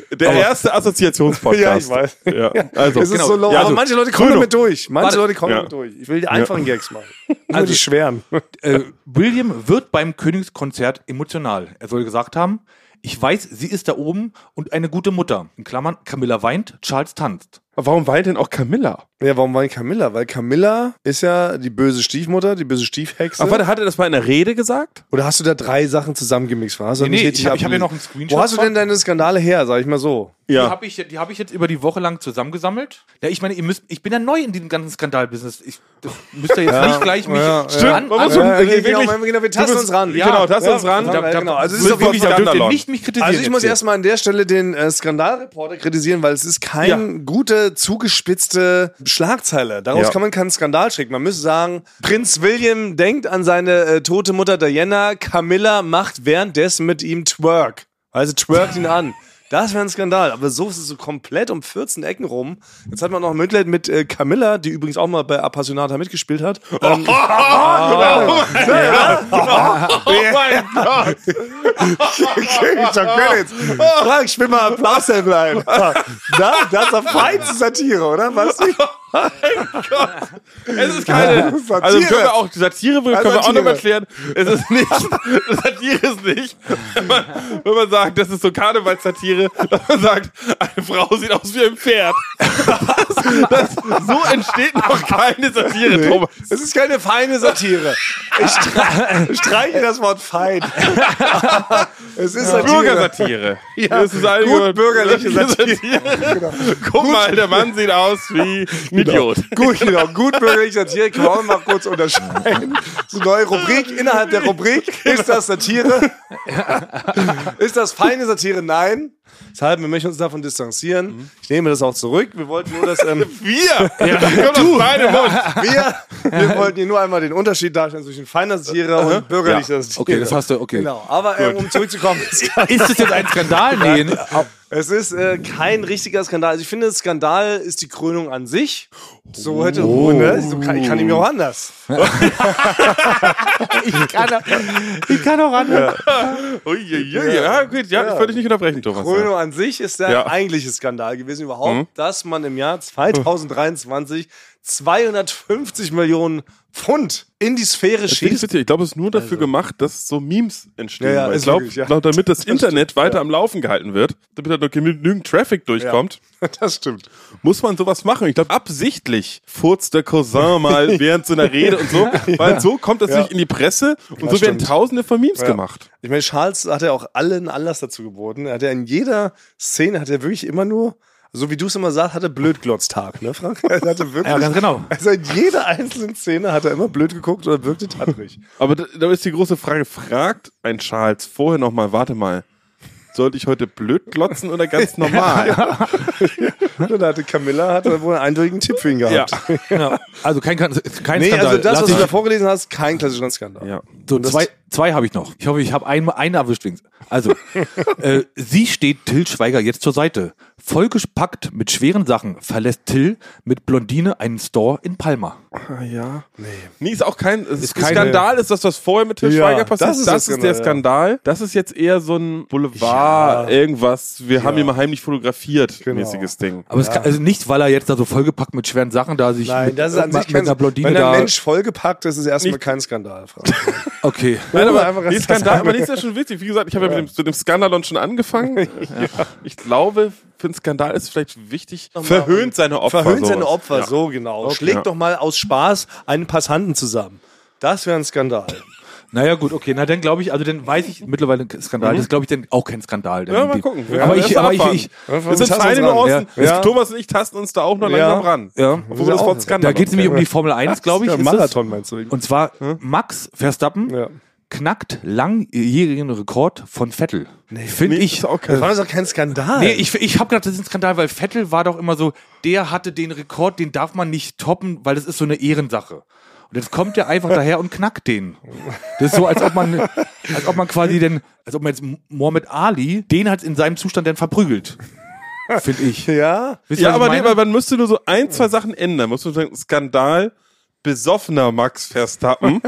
S3: ich, der erste Assoziationspodcast.
S1: Ja, ich weiß.
S3: Ja. Also,
S1: Es ist
S2: genau.
S1: so low.
S3: Ja,
S1: aber
S3: also,
S1: manche Leute kommen
S3: Krönung.
S1: damit durch. Manche
S2: Warte.
S1: Leute kommen
S3: Ja.
S1: damit durch. Ich will die einfachen Gags machen. Also die schweren.
S2: äh, William wird beim Königskonzert emotional. Er soll gesagt haben, ich weiß, sie ist da oben und eine gute Mutter. In Klammern, Camilla weint, Charles tanzt.
S3: warum weint denn auch Camilla?
S1: Ja, warum war ich Camilla? Weil Camilla ist ja die böse Stiefmutter, die böse Stiefhexe.
S3: Ach, warte, hat er das mal in der Rede gesagt?
S1: Oder hast du da drei Sachen zusammengemixt? Hast du
S2: Nee,
S1: nicht
S2: nee,
S1: richtig
S2: ich hab- ich hab ja
S1: abgelesen?
S2: noch einen Screenshot
S1: Wo hast du
S2: von-
S1: denn deine Skandale her, sag ich mal so?
S2: Die habe ich, die hab ich jetzt über die Woche lang zusammengesammelt. Ja, ich meine, ihr müsst, ich bin ja neu in diesem ganzen Skandalbusiness. Ich das müsst ihr jetzt nicht gleich mich
S1: ja,
S2: Stimmt,
S3: man muss schon-
S2: an- also,
S3: Ja, okay, wirklich.
S1: genau, wir
S3: Du bist-
S2: Ja.
S3: Genau, tasten
S1: Ja,
S3: uns ran.
S1: ja, ja, genau. Also, es ist
S3: Mit
S1: auf jeden
S3: wirklich
S1: Fall-
S2: da dürft ihr
S3: Skandalon.
S2: nicht mich kritisieren.
S1: also ich muss
S2: jetzt hier.
S1: erstmal an der Stelle den äh, Skandalreporter kritisieren, weil es ist kein gute, zugespitzte Schlagzeile. Daraus
S3: Ja.
S1: kann man keinen Skandal schicken. Man müsste sagen, Prinz William denkt an seine äh, tote Mutter Diana, Camilla macht währenddessen mit ihm Twerk. Also twerkt ihn an. Das wäre ein Skandal, aber so ist es so komplett um 14 Ecken rum. Jetzt hat man noch Mitleid mit äh, Camilla, die übrigens auch mal bei Appassionata mitgespielt hat. Ähm,
S3: Oh, genau.
S1: ja, ja.
S3: mein Gott.
S1: John Krenitz. Frank, spiel mal Applaus-Sample ein. Na, das ist eine feinste Satire, oder? Was?
S3: Oh Es ist keine.
S1: Satire.
S3: Also können wir auch die Satire können
S1: Also
S3: wir auch noch
S1: Satire.
S3: mal klären. Es ist nicht Satire ist nicht, wenn man, wenn man sagt, das ist so Karnevalssatire, dass man sagt, eine Frau sieht aus wie ein Pferd. Das, das, so entsteht noch keine Satire, Thomas.
S1: Es ist keine feine Satire. Ich stre- streiche das Wort fein. Es ist Satire.
S3: Bürgersatire. Das ist eine
S1: Gut bürgerliche Satire.
S3: Genau. Guck mal, der Mann sieht aus wie ein Idiot.
S1: Gut, genau. Gut bürgerliche Satire kann man auch mal kurz unterscheiden. Das ist eine neue Rubrik. Innerhalb der Rubrik
S2: Genau.
S1: ist das Satire. Ist das feine Satire? Nein. Deshalb, wir möchten uns davon distanzieren.
S2: Mhm.
S1: Ich nehme das auch zurück. Wir wollten nur das. Ähm,
S3: Wir! du! Meine Mund.
S1: wir, wir wollten hier nur einmal den Unterschied darstellen zwischen feiner Satire und bürgerlicher Satire.
S2: Okay, das hast du, okay.
S1: Genau. Aber ähm, um zurückzukommen,
S2: Ist das jetzt ein Skandal? Nee, ne?
S1: Es ist äh, kein richtiger Skandal. Also ich finde, Skandal ist die Krönung an sich. So hätte
S2: Oh.
S1: ne? so kann, ich kann ihm ja auch anders.
S2: Ich kann auch anders.
S3: Uiuiui. Ja, gut, ja, ich wollte dich nicht unterbrechen, Thomas.
S1: Krönung an sich ist der
S3: Ja.
S1: eigentliche Skandal gewesen überhaupt, dass man im Jahr 2023 250 Millionen Pfund in die Sphäre
S3: Das Ding ist
S1: schießt.
S3: jetzt hier, ich glaube, es ist nur dafür gemacht, dass so Memes entstehen.
S1: Also. Ja, ja,
S3: weil ich
S1: ist
S3: glaube,
S1: wirklich, ja.
S3: glaub, damit das Internet weiter am Laufen gehalten wird, damit da noch genügend Traffic durchkommt,
S1: Das stimmt.
S3: muss man sowas machen. Ich glaube, absichtlich furzt der Cousin mal während so einer Rede und so, weil so kommt das
S1: Ja.
S3: nicht in die Presse und so werden
S1: stimmt.
S3: tausende von Memes
S1: Ja.
S3: gemacht.
S1: Ich meine, Charles hat ja auch allen Anlass dazu geboten. Er hat ja in jeder Szene hat er wirklich immer nur, so wie du es immer sagst, hatte Blödglotztag, ne, Frank? Er hatte wirklich,
S2: Ja, ganz genau.
S1: Also in jeder einzelnen Szene hat er immer blöd geguckt oder wirkte tattrig.
S3: Aber da, da ist die große Frage, fragt ein Charles vorher nochmal, warte mal, sollte ich heute blöd glotzen oder ganz normal?
S1: Und da hatte Camilla hatte wohl einen eindeutigen Tipp für ihn gehabt.
S2: Ja. Also kein, kein Skandal.
S1: Nee, also das,
S2: Lass
S1: was du
S2: ich-
S1: da vorgelesen hast, kein klassischer Skandal.
S3: ja.
S2: So, zwei, zwei habe ich noch. Ich hoffe, ich habe einen, einen erwischt. wenigstens. Also, äh, sie steht Till Schweiger jetzt zur Seite. Vollgepackt mit schweren Sachen verlässt Till mit Blondine einen Store in Palma.
S3: Ja. Nee. Nee, ist auch kein, es ist
S2: keine-
S3: Skandal, ist das, was vorher mit Til
S1: Ja,
S3: Schweiger passiert
S1: das
S3: ist.
S1: ist
S3: Das,
S1: das
S3: ist der Skandal. Das ist jetzt eher so ein Boulevard, irgendwas. Wir haben ihn mal heimlich fotografiert, mäßiges Ding.
S2: Aber es kann, also nicht, weil er jetzt da so vollgepackt mit schweren Sachen da sich
S1: Nein,
S2: mit,
S1: das ist an
S2: mit,
S1: sich
S2: mit
S1: kein
S2: einer Blondine
S1: Wenn
S2: da.
S1: ein Mensch vollgepackt ist, ist erstmal kein Skandal. Frank.
S2: Okay.
S3: Nein,
S1: aber
S3: aber
S1: einfach
S3: nee,
S1: das
S3: Skandal,
S1: sagen.
S3: aber nee, ist ja schon witzig. Wie gesagt, ich habe ja, mit dem, mit dem Skandalon schon angefangen. Ich glaube, für einen Skandal ist es vielleicht wichtig, verhöhnt seine Opfer.
S1: Verhöhnt
S3: sowas.
S1: seine Opfer,
S3: Ja.
S1: so genau. Schlägt
S3: Ja.
S1: doch mal aus Spaß einen Passanten zusammen. Das wäre ein Skandal.
S2: Naja, gut, okay. Na, dann glaube ich, also dann weiß ich mittlerweile ein
S1: Mhm.
S2: Skandal. Das glaube ich dann auch kein Skandal. Dann
S3: Ja, mal
S2: Die-
S3: gucken.
S2: aber
S3: Ja,
S2: ich,
S3: erst
S2: aber ich,
S3: abwarten.
S2: ich,
S3: Das sind
S1: Tasten
S3: feine
S1: uns ran,
S3: Nuancen.
S1: ja. Ja.
S3: Thomas und ich tasten uns da auch noch
S1: Ja.
S3: langsam ran.
S2: ja.
S3: Wo wir das Wort Skandal
S2: Da geht es nämlich um die Formel 1, glaube ich.
S1: Ja,
S2: ist das?
S1: Marathon meinst du?
S2: Und zwar Max Verstappen
S1: Ja.
S2: knackt langjährigen Rekord von Vettel. Finde
S3: nee,
S2: ich.
S3: ist auch
S1: Das
S3: kein
S1: war doch kein Skandal.
S2: Nee, ich, ich habe gedacht, das ist ein Skandal, weil Vettel war doch immer so, der hatte den Rekord, den darf man nicht toppen, weil das ist so eine Ehrensache. Und jetzt kommt der einfach daher und knackt den. Das ist so, als ob man, als ob man quasi den, als ob man jetzt Mohammed Ali, den hat in seinem Zustand dann verprügelt. Finde ich.
S1: ja,
S2: Wisst ihr, was ich
S3: Ja, aber nee,
S2: meine?
S3: weil man müsste nur so ein, zwei Sachen ändern. Muss man sagen, Skandal, besoffener Max Verstappen,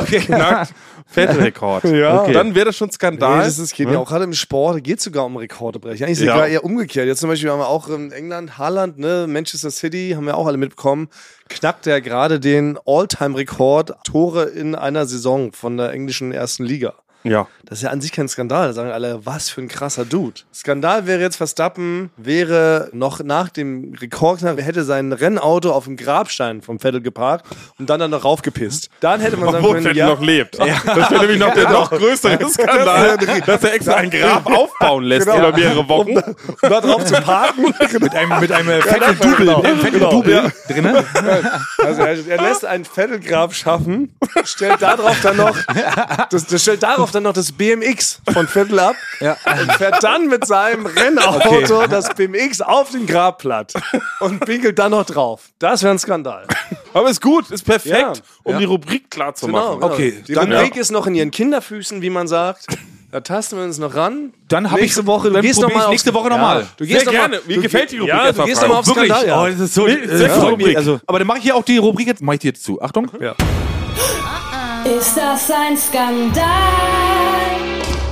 S3: knackt Fettrekord.
S1: Ja.
S3: Okay. Dann wäre das schon Skandal.
S1: Nee, das ist, geht ja auch gerade im Sport, geht sogar um Rekordebrecher. Eigentlich ist
S3: ne? Ja.
S1: ja. sogar eher umgekehrt. Jetzt zum Beispiel haben wir auch in England, Haaland, ne, Manchester City, haben wir auch alle mitbekommen, knackt er gerade den All-Time-Rekord Tore in einer Saison von der englischen ersten Liga.
S3: ja.
S1: Das ist ja an sich kein Skandal. Da sagen alle, was für ein krasser Dude. Skandal wäre jetzt Verstappen, wäre noch nach dem Rekordknack, er hätte sein Rennauto auf dem Grabstein vom Vettel geparkt und dann dann noch raufgepisst. Dann hätte man sagen
S3: Obwohl
S1: können,
S3: Vettel
S1: ja,
S3: noch lebt. Das wäre nämlich noch der noch größere Skandal, dass er extra ein Grab aufbauen lässt
S1: Genau.
S3: über mehrere Wochen.
S1: um da drauf zu parken.
S2: mit einem, mit einem Vettel Double, mit einem Vettel Double drinne.
S1: Also er, er lässt ein Vettelgrab schaffen, stellt darauf dann noch das, das stellt darauf dann noch das BMX von Vettel ab und fährt dann mit seinem Rennauto das BMX auf den Grabplatt und pinkelt dann noch drauf. Das wäre ein Skandal.
S3: Aber ist gut, ist perfekt,
S1: Ja. Genau,
S3: um die Rubrik klar zu machen.
S2: Okay,
S1: Die
S2: dann-
S1: Rubrik ist noch in ihren Kinderfüßen, wie man sagt. Da tasten wir uns noch ran.
S2: Dann hab
S1: nächste
S2: ich-
S1: Woche, du
S2: dann
S1: gehst
S2: probier
S1: noch mal
S2: ich
S1: aufs-
S2: nächste Woche noch mal.
S1: Du
S3: Sehr
S1: gehst noch
S3: gerne.
S1: mal,
S3: Mir gefällt die Rubrik
S1: ja, du
S3: einfach.
S1: gehst noch mal
S3: Frank.
S1: aufs Skandal, ja.
S2: Oh, das ist so.
S3: sehr
S2: Äh, freut mich. Also, aber dann mache ich ja auch die Rubrik jetzt. Mache ich die jetzt zu. Achtung.
S5: Ist das ein Skandal?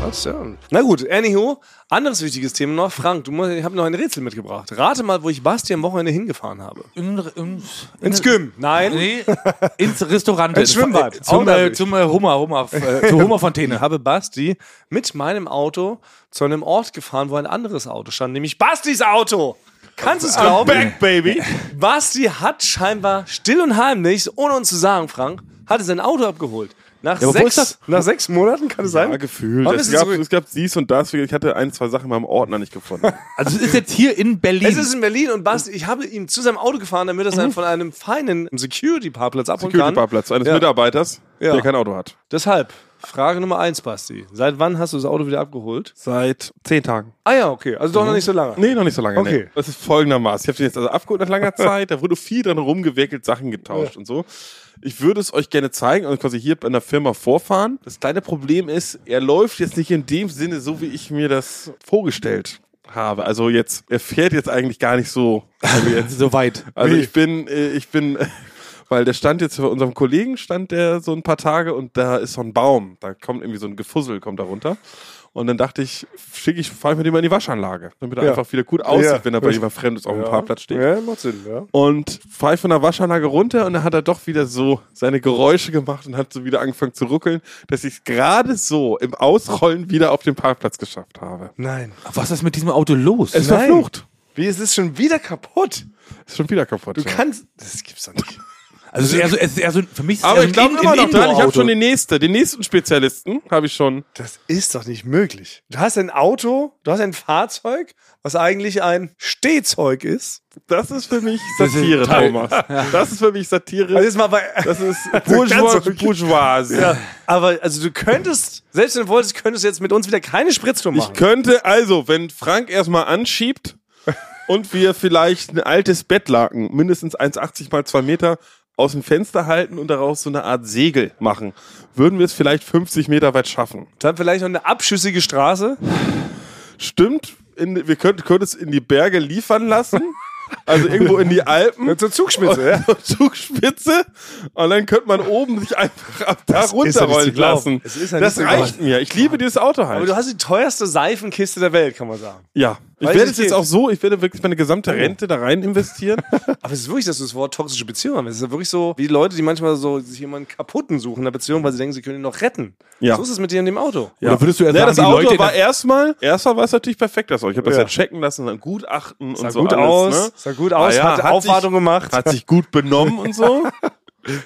S1: Was? Ja. Na gut, anywho, anderes wichtiges Thema noch. Frank, du musst, ich habe noch ein Rätsel mitgebracht. Rate mal, wo ich Basti am Wochenende hingefahren habe.
S2: In, in,
S1: Ins Gym. Nein.
S2: Nee, ins Restaurant.
S1: Ins Schwimmbad. Auch
S2: Zum, äh,
S1: natürlich.
S2: zum äh, Hummer, Hummer, äh, zur
S1: Ich
S2: Hummerfontäne.
S1: habe Basti mit meinem Auto zu einem Ort gefahren, wo ein anderes Auto stand, nämlich Bastis Auto. Kannst du es glauben? Back, baby. Basti hat scheinbar still und heimlich, ohne uns zu sagen, Frank, hatte sein Auto abgeholt. Nach,
S2: aber wo
S1: sechs,
S2: ist das?
S1: nach sechs Monaten kann es sein?
S3: Ja, gefühlt.
S1: Wann
S3: Es
S1: bist du
S3: gab,
S1: zurück?
S3: es gab dies und das. Ich hatte ein, zwei Sachen in meinem Ordner nicht gefunden.
S2: Also es ist jetzt hier in Berlin.
S1: Es ist in Berlin und Basti, ich habe ihn zu seinem Auto gefahren, damit er es von einem feinen Security-Parkplatz abholen kann.
S3: Security-Parkplatz eines
S1: Ja.
S3: Mitarbeiters,
S1: Ja.
S3: der kein Auto hat.
S1: Deshalb, Frage Nummer eins, Basti. Seit wann hast du das Auto wieder abgeholt?
S3: Seit zehn Tagen.
S1: Ah ja, okay. Also doch noch nicht so lange.
S3: Nee, noch nicht so lange.
S1: Okay.
S3: Nee. Das ist folgendermaßen. Ich habe den jetzt also abgeholt nach langer Zeit. Da wurde viel dran rumgewickelt, Sachen getauscht und so. Ich würde es euch gerne zeigen, also quasi hier bei einer Firma vorfahren. Das kleine Problem ist, er läuft jetzt nicht in dem Sinne, so wie ich mir das vorgestellt habe. Also jetzt, er fährt jetzt eigentlich gar nicht so. Also jetzt
S2: so weit.
S3: Also ich bin, äh, ich bin, äh, weil der stand jetzt bei unserem Kollegen, stand der so ein paar Tage und da ist so ein Baum, da kommt irgendwie so ein Gefussel, kommt da runter. Und dann dachte ich, schicke ich, fahre ich mit dem mal in die Waschanlage, damit er
S1: Ja.
S3: einfach wieder gut aussieht,
S1: Ja.
S3: wenn er bei jemand Fremdes auf dem Parkplatz steht.
S1: Ja, macht Sinn, ja.
S3: Und fahre ich von der Waschanlage runter und dann hat er doch wieder so seine Geräusche gemacht und hat so wieder angefangen zu ruckeln, dass ich es gerade so im Ausrollen wieder auf den Parkplatz geschafft habe.
S1: Nein.
S2: Was ist mit diesem Auto los?
S3: Es ist
S1: Nein.
S3: verflucht.
S1: Wie, es ist schon wieder kaputt.
S3: Ist schon wieder kaputt.
S1: Du
S3: ja.
S1: kannst. Das gibt's doch nicht.
S2: also es ist eher so, es ist eher so, ein- für mich ist es
S3: Aber
S2: eher
S3: ich glaube
S2: ein
S3: immer noch dran. Ich habe
S2: Indoor-Auto.
S3: schon den nächsten, den nächsten Spezialisten habe ich schon.
S1: Das ist doch nicht möglich. Du hast ein Auto, du hast ein Fahrzeug, was eigentlich ein Stehzeug ist.
S3: Das ist für mich
S2: Das ist
S3: Satire,
S2: toll.
S3: Thomas. Das ist für mich
S1: Also
S3: Satire.
S1: jetzt mal bei.
S3: Das ist Bourgeois,
S1: Ganz okay.
S3: Bourgeoise.
S1: Ja, aber also du könntest, selbst wenn du wolltest, könntest du jetzt mit uns wieder keine Spritztour
S3: Ich
S1: machen.
S3: könnte also, wenn Frank erstmal anschiebt und wir vielleicht ein altes Bettlaken, mindestens 1,80 mal 2 Meter, aus dem Fenster halten und daraus so eine Art Segel machen, würden wir es vielleicht 50 Meter weit schaffen.
S1: Dann vielleicht noch eine abschüssige Straße.
S3: Stimmt, in, wir könnten könnten es in die Berge liefern lassen. Also irgendwo in die Alpen.
S1: Zur Zugspitze, ja.
S3: Und Zugspitze und dann könnte man oben sich einfach ab da
S1: Das ist ja nicht zu
S3: runterrollen
S1: glauben.
S3: lassen.
S1: Es ist ja
S3: das
S1: nicht zu
S3: reicht mir. Ich liebe dieses Auto
S1: Aber du
S3: halt.
S1: hast die teuerste Seifenkiste der Welt, kann man sagen.
S3: Ja. Ich
S1: Weiß
S3: werde
S1: ich
S3: es jetzt
S1: nicht.
S3: auch so, ich werde wirklich meine gesamte Rente da rein investieren.
S1: Aber es ist wirklich, dass du das Wort toxische Beziehung haben. Es ist ja wirklich so, wie Leute, die manchmal so sich jemanden kaputten suchen in der Beziehung, weil sie denken, sie können ihn noch retten.
S3: Ja.
S1: So ist es mit dir in dem Auto.
S3: Ja.
S2: Oder würdest du eher
S3: Ja,
S2: sagen,
S3: das
S2: die
S3: Auto
S2: Leute-
S3: war erstmal, erstmal war es natürlich perfekt, das Auto. Ich habe das
S1: Ja.
S3: ja. checken lassen, dann Gutachten
S1: Sah
S3: und so
S1: gut
S3: alles.
S1: aus,
S3: ne?
S1: sah gut aus,
S3: Ah ja,
S1: hat,
S3: hat sich-
S1: Aufwartung gemacht.
S3: Hat sich gut benommen und so.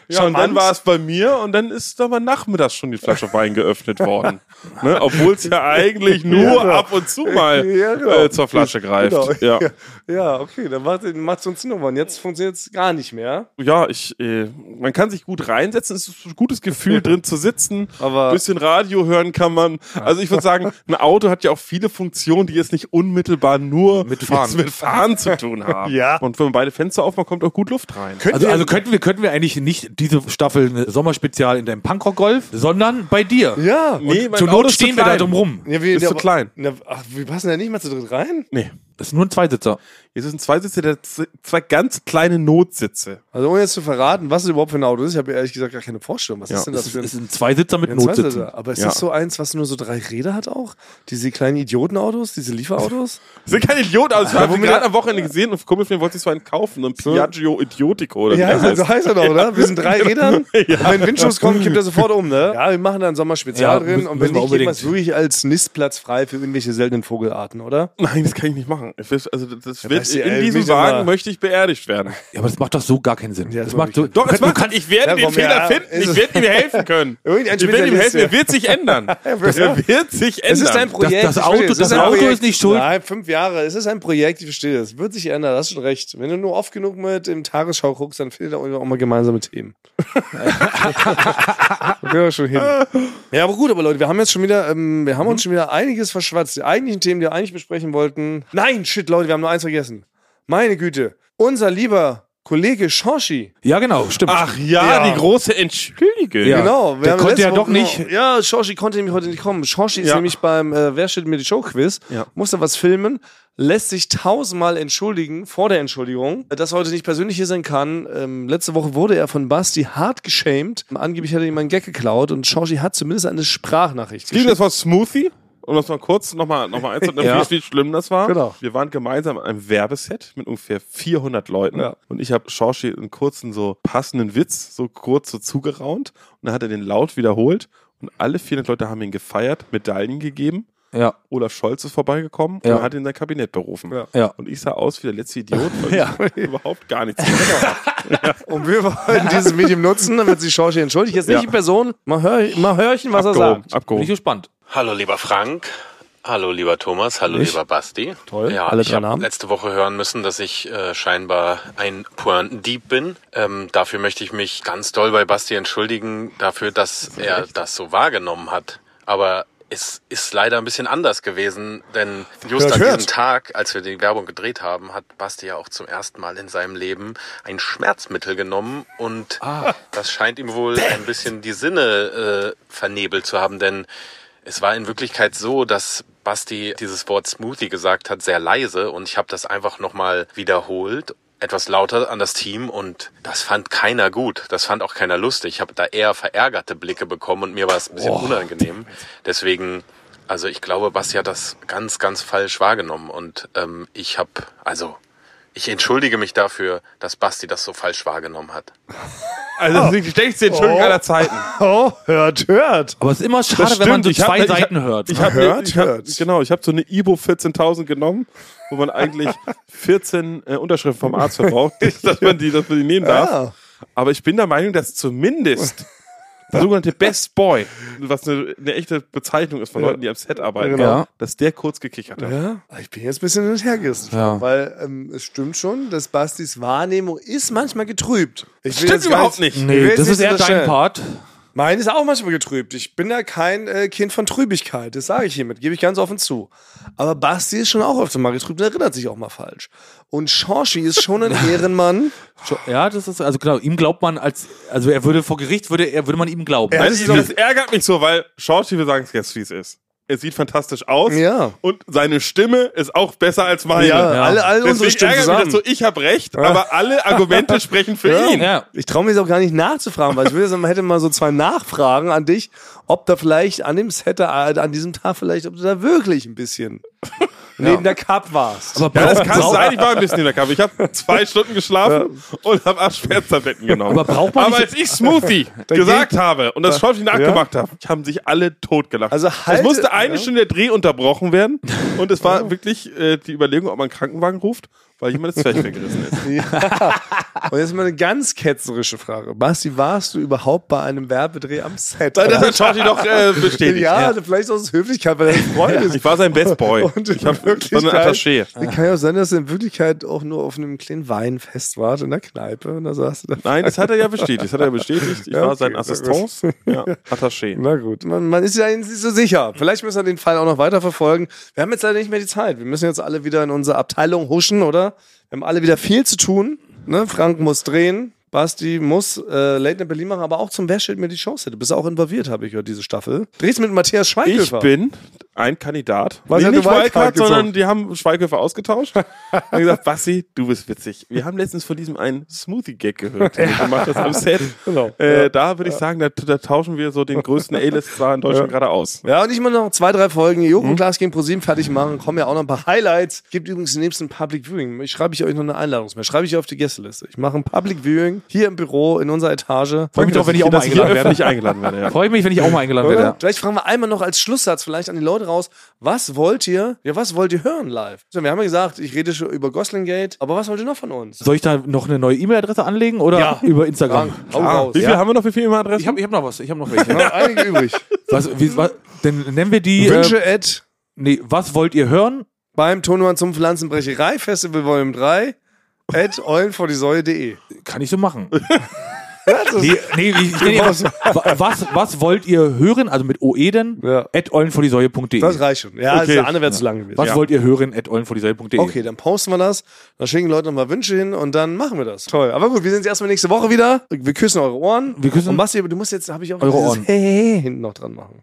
S3: Ja, und
S1: Charmant.
S3: dann war es bei mir und dann ist aber nachmittags schon die Flasche Wein geöffnet worden. Ne? Obwohl es ja eigentlich nur ab und zu mal
S1: Ja, genau.
S3: äh, zur Flasche greift.
S1: Genau.
S3: Ja.
S1: ja, okay, dann macht macht so ein Zinnummer. Und jetzt funktioniert es gar nicht mehr.
S3: ja, ich, äh, man kann sich gut reinsetzen. Es ist ein gutes Gefühl, drin zu sitzen.
S1: Aber-
S3: ein bisschen Radio hören kann man. Also ich würde sagen, ein Auto hat ja auch viele Funktionen, die jetzt nicht unmittelbar nur
S2: Mit Fahren.
S3: jetzt mit Fahren zu tun haben.
S1: Ja.
S3: Und wenn man beide Fenster aufmacht, kommt auch gut Luft rein.
S2: Also, also könnten wir könnten wir eigentlich nicht diese Staffel eine Sommerspezial in deinem Punkrock Golf, sondern bei dir.
S1: Ja.
S3: Nee, mein
S2: Zur
S3: Auto
S2: Not
S3: ist zu
S2: stehen wir da
S3: klein.
S2: drum rum.
S1: Ja, wir,
S3: Bist du
S1: aber-
S3: klein?
S1: Na, ach, wir passen ja nicht mal zu dritt rein.
S3: Nee.
S2: Das ist nur ein Zweisitzer.
S3: Jetzt ist ein Zweisitzer, der hat zwei ganz kleine Notsitze.
S1: Also ohne jetzt zu verraten, was es überhaupt für ein Auto ist, ich habe ehrlich gesagt gar keine Vorstellung. Was
S3: Ja,
S1: ist denn das
S2: Das
S1: für ein
S2: ist ein Zweisitzer mit
S1: Ja, ein
S2: Notsitzen.
S1: Zweisitzer. Aber ist
S3: Ja.
S1: das so eins, was nur so drei Räder hat auch? Diese kleinen Idiotenautos, diese Lieferautos?
S3: Das sind keine Idioten, also ich habe
S1: womit er-
S3: gerade am Wochenende gesehen und ein Kumpel von mir wollte sich so einen kaufen, so ein Piaggio Idiotico oder
S1: Ja,
S3: wie der
S2: also
S3: heißt.
S1: so heißt er doch, oder? Also Wir sind drei Rädern. Und wenn Windschutz kommt, kippt er sofort um, ne? Ja, wir machen da ein Sommerspezial
S2: Ja,
S1: drin.
S2: müssen-
S1: Und wenn
S2: müssen wir
S1: nicht, geben wir es
S2: unbedingt.
S1: wirklich als Nistplatz frei für irgendwelche seltenen Vogelarten, oder?
S3: Nein, das kann ich nicht machen. Ich weiß, also das wird,
S1: weißt du,
S3: in
S1: ey,
S3: diesem
S1: mich immer-
S3: Wagen möchte ich beerdigt werden.
S2: Ja, aber das macht doch so gar keinen Sinn.
S1: Ja,
S2: das
S1: das
S2: macht so,
S1: macht-
S2: du kannst- du kannst-
S3: ich werde
S1: Ja, komm, ja, ist es-
S3: ihm helfen können.
S1: Irgendein
S3: ich werde ihm
S1: Spezialist,
S3: helfen,
S1: ja.
S3: er wird sich ändern. Er wird sich ändern.
S1: Es ist ein Projekt.
S2: das
S1: ich
S2: Auto-
S1: verstehe, es
S2: das
S1: ein
S2: Auto
S1: Projekt.
S2: ist nicht schuld.
S1: Nein, fünf Jahre. Es ist ein Projekt, ich verstehe das. Wird sich ändern, hast schon recht. Wenn du nur oft genug mit im Tagesschau guckst, dann findet ihr auch mal gemeinsame Themen. Da Kriegen wir schon hin. Ja, aber gut, aber Leute, wir haben jetzt schon wieder, ähm, wir haben
S2: Mhm.
S1: uns schon wieder einiges verschwatzt. Die eigentlichen Themen, die wir eigentlich besprechen wollten. Nein, shit, Leute, wir haben nur eins vergessen. Meine Güte. Unser lieber Kollege Shoshi.
S2: ja, genau, stimmt.
S3: Ach ja,
S1: Ja.
S3: die große Entschuldigung.
S2: Ja.
S1: Genau.
S2: Der
S1: haben
S2: konnte
S1: letzte
S2: ja
S1: Woche
S2: doch nicht-
S1: noch- Ja, Shoshi konnte nämlich heute nicht kommen. Shoshi ist
S3: Ja.
S1: nämlich beim äh, Wer steht mir die Show Quiz,
S3: Ja.
S1: musste was filmen, lässt sich tausendmal entschuldigen vor der Entschuldigung, dass er heute nicht persönlich hier sein kann. Ähm, letzte Woche wurde er von Basti hart geschämt. Angeblich hat er ihm einen Gag geklaut und Shoshi hat zumindest eine Sprachnachricht
S3: Ging das war Smoothie? um das mal kurz nochmal noch mal einzuhalten,
S1: Ja.
S3: wie, wie schlimm das war.
S1: Genau.
S3: Wir waren gemeinsam an einem Werbeset mit ungefähr 400 Leuten.
S1: Ja.
S3: Und ich habe Schorschi einen kurzen, so passenden Witz so kurz so zugeraunt. Und dann hat er den laut wiederholt. Und alle 400 Leute haben ihn gefeiert, Medaillen gegeben.
S2: Ja,
S3: Olaf Scholz ist vorbeigekommen
S2: Ja.
S3: und hat ihn in sein Kabinett berufen.
S1: Ja.
S2: ja.
S3: Und ich sah aus wie der letzte Idiot, weil
S1: Ja.
S3: ich überhaupt gar nichts gemacht habe.
S1: Und wir wollen dieses Medium nutzen, damit sich Schorschi entschuldigt. Jetzt nicht
S3: Ja.
S1: die Person, mal, hör, mal hörchen, was er sagt.
S2: Bin ich
S3: abgehoben.
S2: gespannt.
S6: Hallo lieber Frank. Hallo lieber Thomas, hallo
S1: Ich?
S6: lieber Basti.
S1: Toll,
S6: Ja,
S1: alle
S6: ich
S1: drei
S6: habe
S1: Namen.
S6: letzte Woche hören müssen, dass ich äh, scheinbar ein Pointendieb bin. Ähm, dafür möchte ich mich ganz doll bei Basti entschuldigen, dafür, dass er das so wahrgenommen hat. Aber es ist leider ein bisschen anders gewesen, denn just
S1: Hört,
S6: an
S1: hört.
S6: diesem Tag, als wir die Werbung gedreht haben, hat Basti ja auch zum ersten Mal in seinem Leben ein Schmerzmittel genommen und das scheint ihm wohl ein bisschen die Sinne äh, vernebelt zu haben, denn es war in Wirklichkeit so, dass Basti dieses Wort Smoothie gesagt hat, sehr leise und ich habe das einfach nochmal wiederholt etwas lauter an das Team und das fand keiner gut. Das fand auch keiner lustig. Ich habe da eher verärgerte Blicke bekommen und mir war es ein bisschen unangenehm. Deswegen also ich glaube, Basti hat das ganz, ganz falsch wahrgenommen. Und ähm, ich habe, also ich entschuldige mich dafür, dass Basti das so falsch wahrgenommen hat.
S3: Also das ist die schlechteste Entschuldigung
S2: Oh.
S3: aller Zeiten.
S1: Oh, hört, hört.
S2: Aber es ist immer schade, wenn man so
S3: ich hab- ne,
S2: zwei
S3: ich hab-
S2: Seiten hört.
S3: Ich hab,
S1: Hört,
S3: ich hab,
S1: hört.
S3: Genau, ich habe so eine Ibo 14000 genommen, wo man eigentlich 14 äh, Unterschriften vom Arzt verbraucht, dass man die, dass man die nehmen darf.
S1: Ja.
S3: Aber ich bin der Meinung, dass zumindest der sogenannte Best Boy, was eine, eine echte Bezeichnung ist von Leuten, die am Set arbeiten,
S1: Genau.
S2: Ja.
S3: dass der kurz gekichert hat.
S1: Ja, Ah, ich bin jetzt ein bisschen hin und her gerissen,
S2: Ja.
S1: weil ähm, es stimmt schon, dass Bastis Wahrnehmung ist manchmal getrübt. Ich will
S3: Stimmt
S1: jetzt gar
S3: überhaupt
S1: nicht-
S3: nicht.
S1: Ich will
S2: Nee,
S1: jetzt
S2: das
S1: nicht
S2: ist eher dein
S1: unterstellen.
S2: Part.
S1: Meine ist auch manchmal getrübt. Ich bin ja kein äh, Kind von Trübigkeit, das sage ich hiermit, gebe ich ganz offen zu. Aber Basti ist schon auch öfter mal getrübt und erinnert sich auch mal falsch. Und Schorschi ist schon ein Ehrenmann.
S2: Ja, das ist, also genau, ihm glaubt man als, also er würde vor Gericht, würde, er, würde man ihm glauben.
S1: Ja,
S3: Das,
S1: das ist
S3: ist, das ärgert mich so, weil Shorty, wir sagen es jetzt, wie es ist. Es sieht fantastisch aus.
S1: Ja.
S3: Und seine Stimme ist auch besser als meine.
S1: Ja, alle- alle unsere Stimmen
S3: ärgert mich das so,
S1: zusammen.
S3: ich habe recht, aber alle Argumente sprechen für ihn.
S2: ja.
S1: Ich traue mir das auch gar nicht nachzufragen, weil ich würde, man hätte mal so zwei Nachfragen an dich, ob da vielleicht an dem Set, äh, an diesem Tag vielleicht, ob du da wirklich ein bisschen neben der Cup warst.
S2: Aber
S3: Ja,
S2: braucht-
S3: das kann
S2: braucht-
S3: sein, ich war ein bisschen in der Kappe. Ich habe zwei Stunden geschlafen und habe acht Schmerztabletten genommen.
S2: Aber braucht man
S3: Aber
S2: nicht-
S3: als ich Smoothie gesagt habe und das Schorfi nachgemacht habe, haben sich alle totgelacht.
S1: Also
S3: es
S1: halte-
S3: musste eine
S1: ja.
S3: Stunde der Dreh unterbrochen werden und es war wirklich äh, die Überlegung, ob man einen Krankenwagen ruft, weil jemand das Zwerchfell gerissen ist.
S1: Und jetzt mal eine ganz ketzerische Frage. Basti, warst du überhaupt bei einem Werbedreh am Set?
S3: Das hat Schorfi doch äh, bestätigt.
S1: ja, vielleicht aus Höflichkeit, weil er ein Freund ist.
S3: Ich war sein Best Boy.
S1: Und in
S3: ich hab, war
S1: Wirklichkeit-
S3: ein Attaché.
S1: Kann ja auch sein, dass er in Wirklichkeit auch nur auf einem kleinen Weinfest war in der Kneipe und da saß du da.
S3: Nein, das hat er ja bestätigt. Das hat er bestätigt. Ich
S1: Ja,
S3: war
S1: okay,
S3: sein
S1: na gut.
S3: Assistent. Ja, Attaché.
S1: Na gut, man, man ist ja nicht so sicher. Vielleicht müssen wir den Fall auch noch weiterverfolgen. Wir haben jetzt leider nicht mehr die Zeit. Wir müssen jetzt alle wieder in unsere Abteilung huschen, oder? Wir haben alle wieder viel zu tun. Ne? Frank muss drehen. Basti muss äh, Late Night Berlin machen, aber auch zum Wer steht mir die Chance hätte. Bist auch involviert, habe ich gehört, diese Staffel. Drehst mit Matthias
S3: Ich
S1: Schweighöfer.
S3: bin ein Kandidat.
S1: Was
S3: nee,
S1: hat
S3: nicht
S1: eine Wildcard
S3: Wildcard,
S1: gezogen?
S3: sondern die haben Schweighöfer ausgetauscht. haben gesagt, Basti, du bist witzig. Wir haben letztens von diesem einen Smoothie-Gag gehört. Den du gemacht hast am Set.
S1: Genau.
S3: Äh, Da würde ich sagen, da, da tauschen wir so den größten A-List-Star in Deutschland gerade aus.
S1: Ja, und ich muss noch zwei, drei Folgen
S3: Hm?
S1: Joghurtglas gegen ProSieben fertig machen. Kommen ja auch noch ein paar Highlights. Gibt übrigens den nächsten Public Viewing. Ich schreibe ich euch noch eine Einladungsmail. Schreibe ich auf die Gästeliste. Ich mache ein Public Viewing hier im Büro, in unserer Etage.
S2: Freue mich doch, wenn ich auch mal
S3: Dass ich hier
S2: eingeladen
S3: öffentlich
S2: werde.
S3: eingeladen werde. Ja.
S2: Freue mich, wenn ich auch mal eingeladen
S1: Oder?
S2: werde.
S1: Vielleicht fragen wir einmal noch als Schlusssatz vielleicht an die Leute raus, was wollt ihr, ja, was wollt ihr hören live? So, wir haben ja gesagt, ich rede schon über Gosling Gate, aber was wollt ihr noch von uns?
S2: Soll ich da noch eine neue E-Mail-Adresse anlegen oder
S1: Ja.
S2: über Instagram?
S1: hau
S3: Ah,
S1: raus.
S3: wie viel
S1: Ja.
S3: haben wir noch? Wie viele E-Mail-Adressen?
S2: Ich habe ich hab noch was, ich habe noch welche. ne?
S1: Noch einige übrig.
S2: was, wie, was, dann nennen wir die, äh,
S1: Wünsche at
S2: nee, was wollt ihr hören?
S1: beim Tonmann zum Pflanzenbrecherei Festival Volume 3 at eulenvordiesäue.de.
S2: Kann ich so machen. nee, nee, ich, ich nenne ihr was, was, was wollt ihr hören? Also mit OE denn?
S1: Ja.
S2: At eulenvordiesäue.de.
S1: Das reicht schon. Ja,
S3: Okay.
S1: okay. der andere wäre zu lang gewesen.
S2: E. Was
S1: ja.
S2: wollt ihr hören? At eulenvordiesäue.de.
S1: Okay, dann posten wir das, dann schicken die Leute nochmal Wünsche hin und dann machen wir das. Toll. Aber gut, wir sehen uns erstmal nächste Woche wieder. Wir küssen eure Ohren.
S2: Wir küssen-
S1: und Basti, aber du musst jetzt, habe ich auch
S2: Eure
S1: dieses
S2: Ohren.
S1: Hey, hey, hey hinten noch dran machen.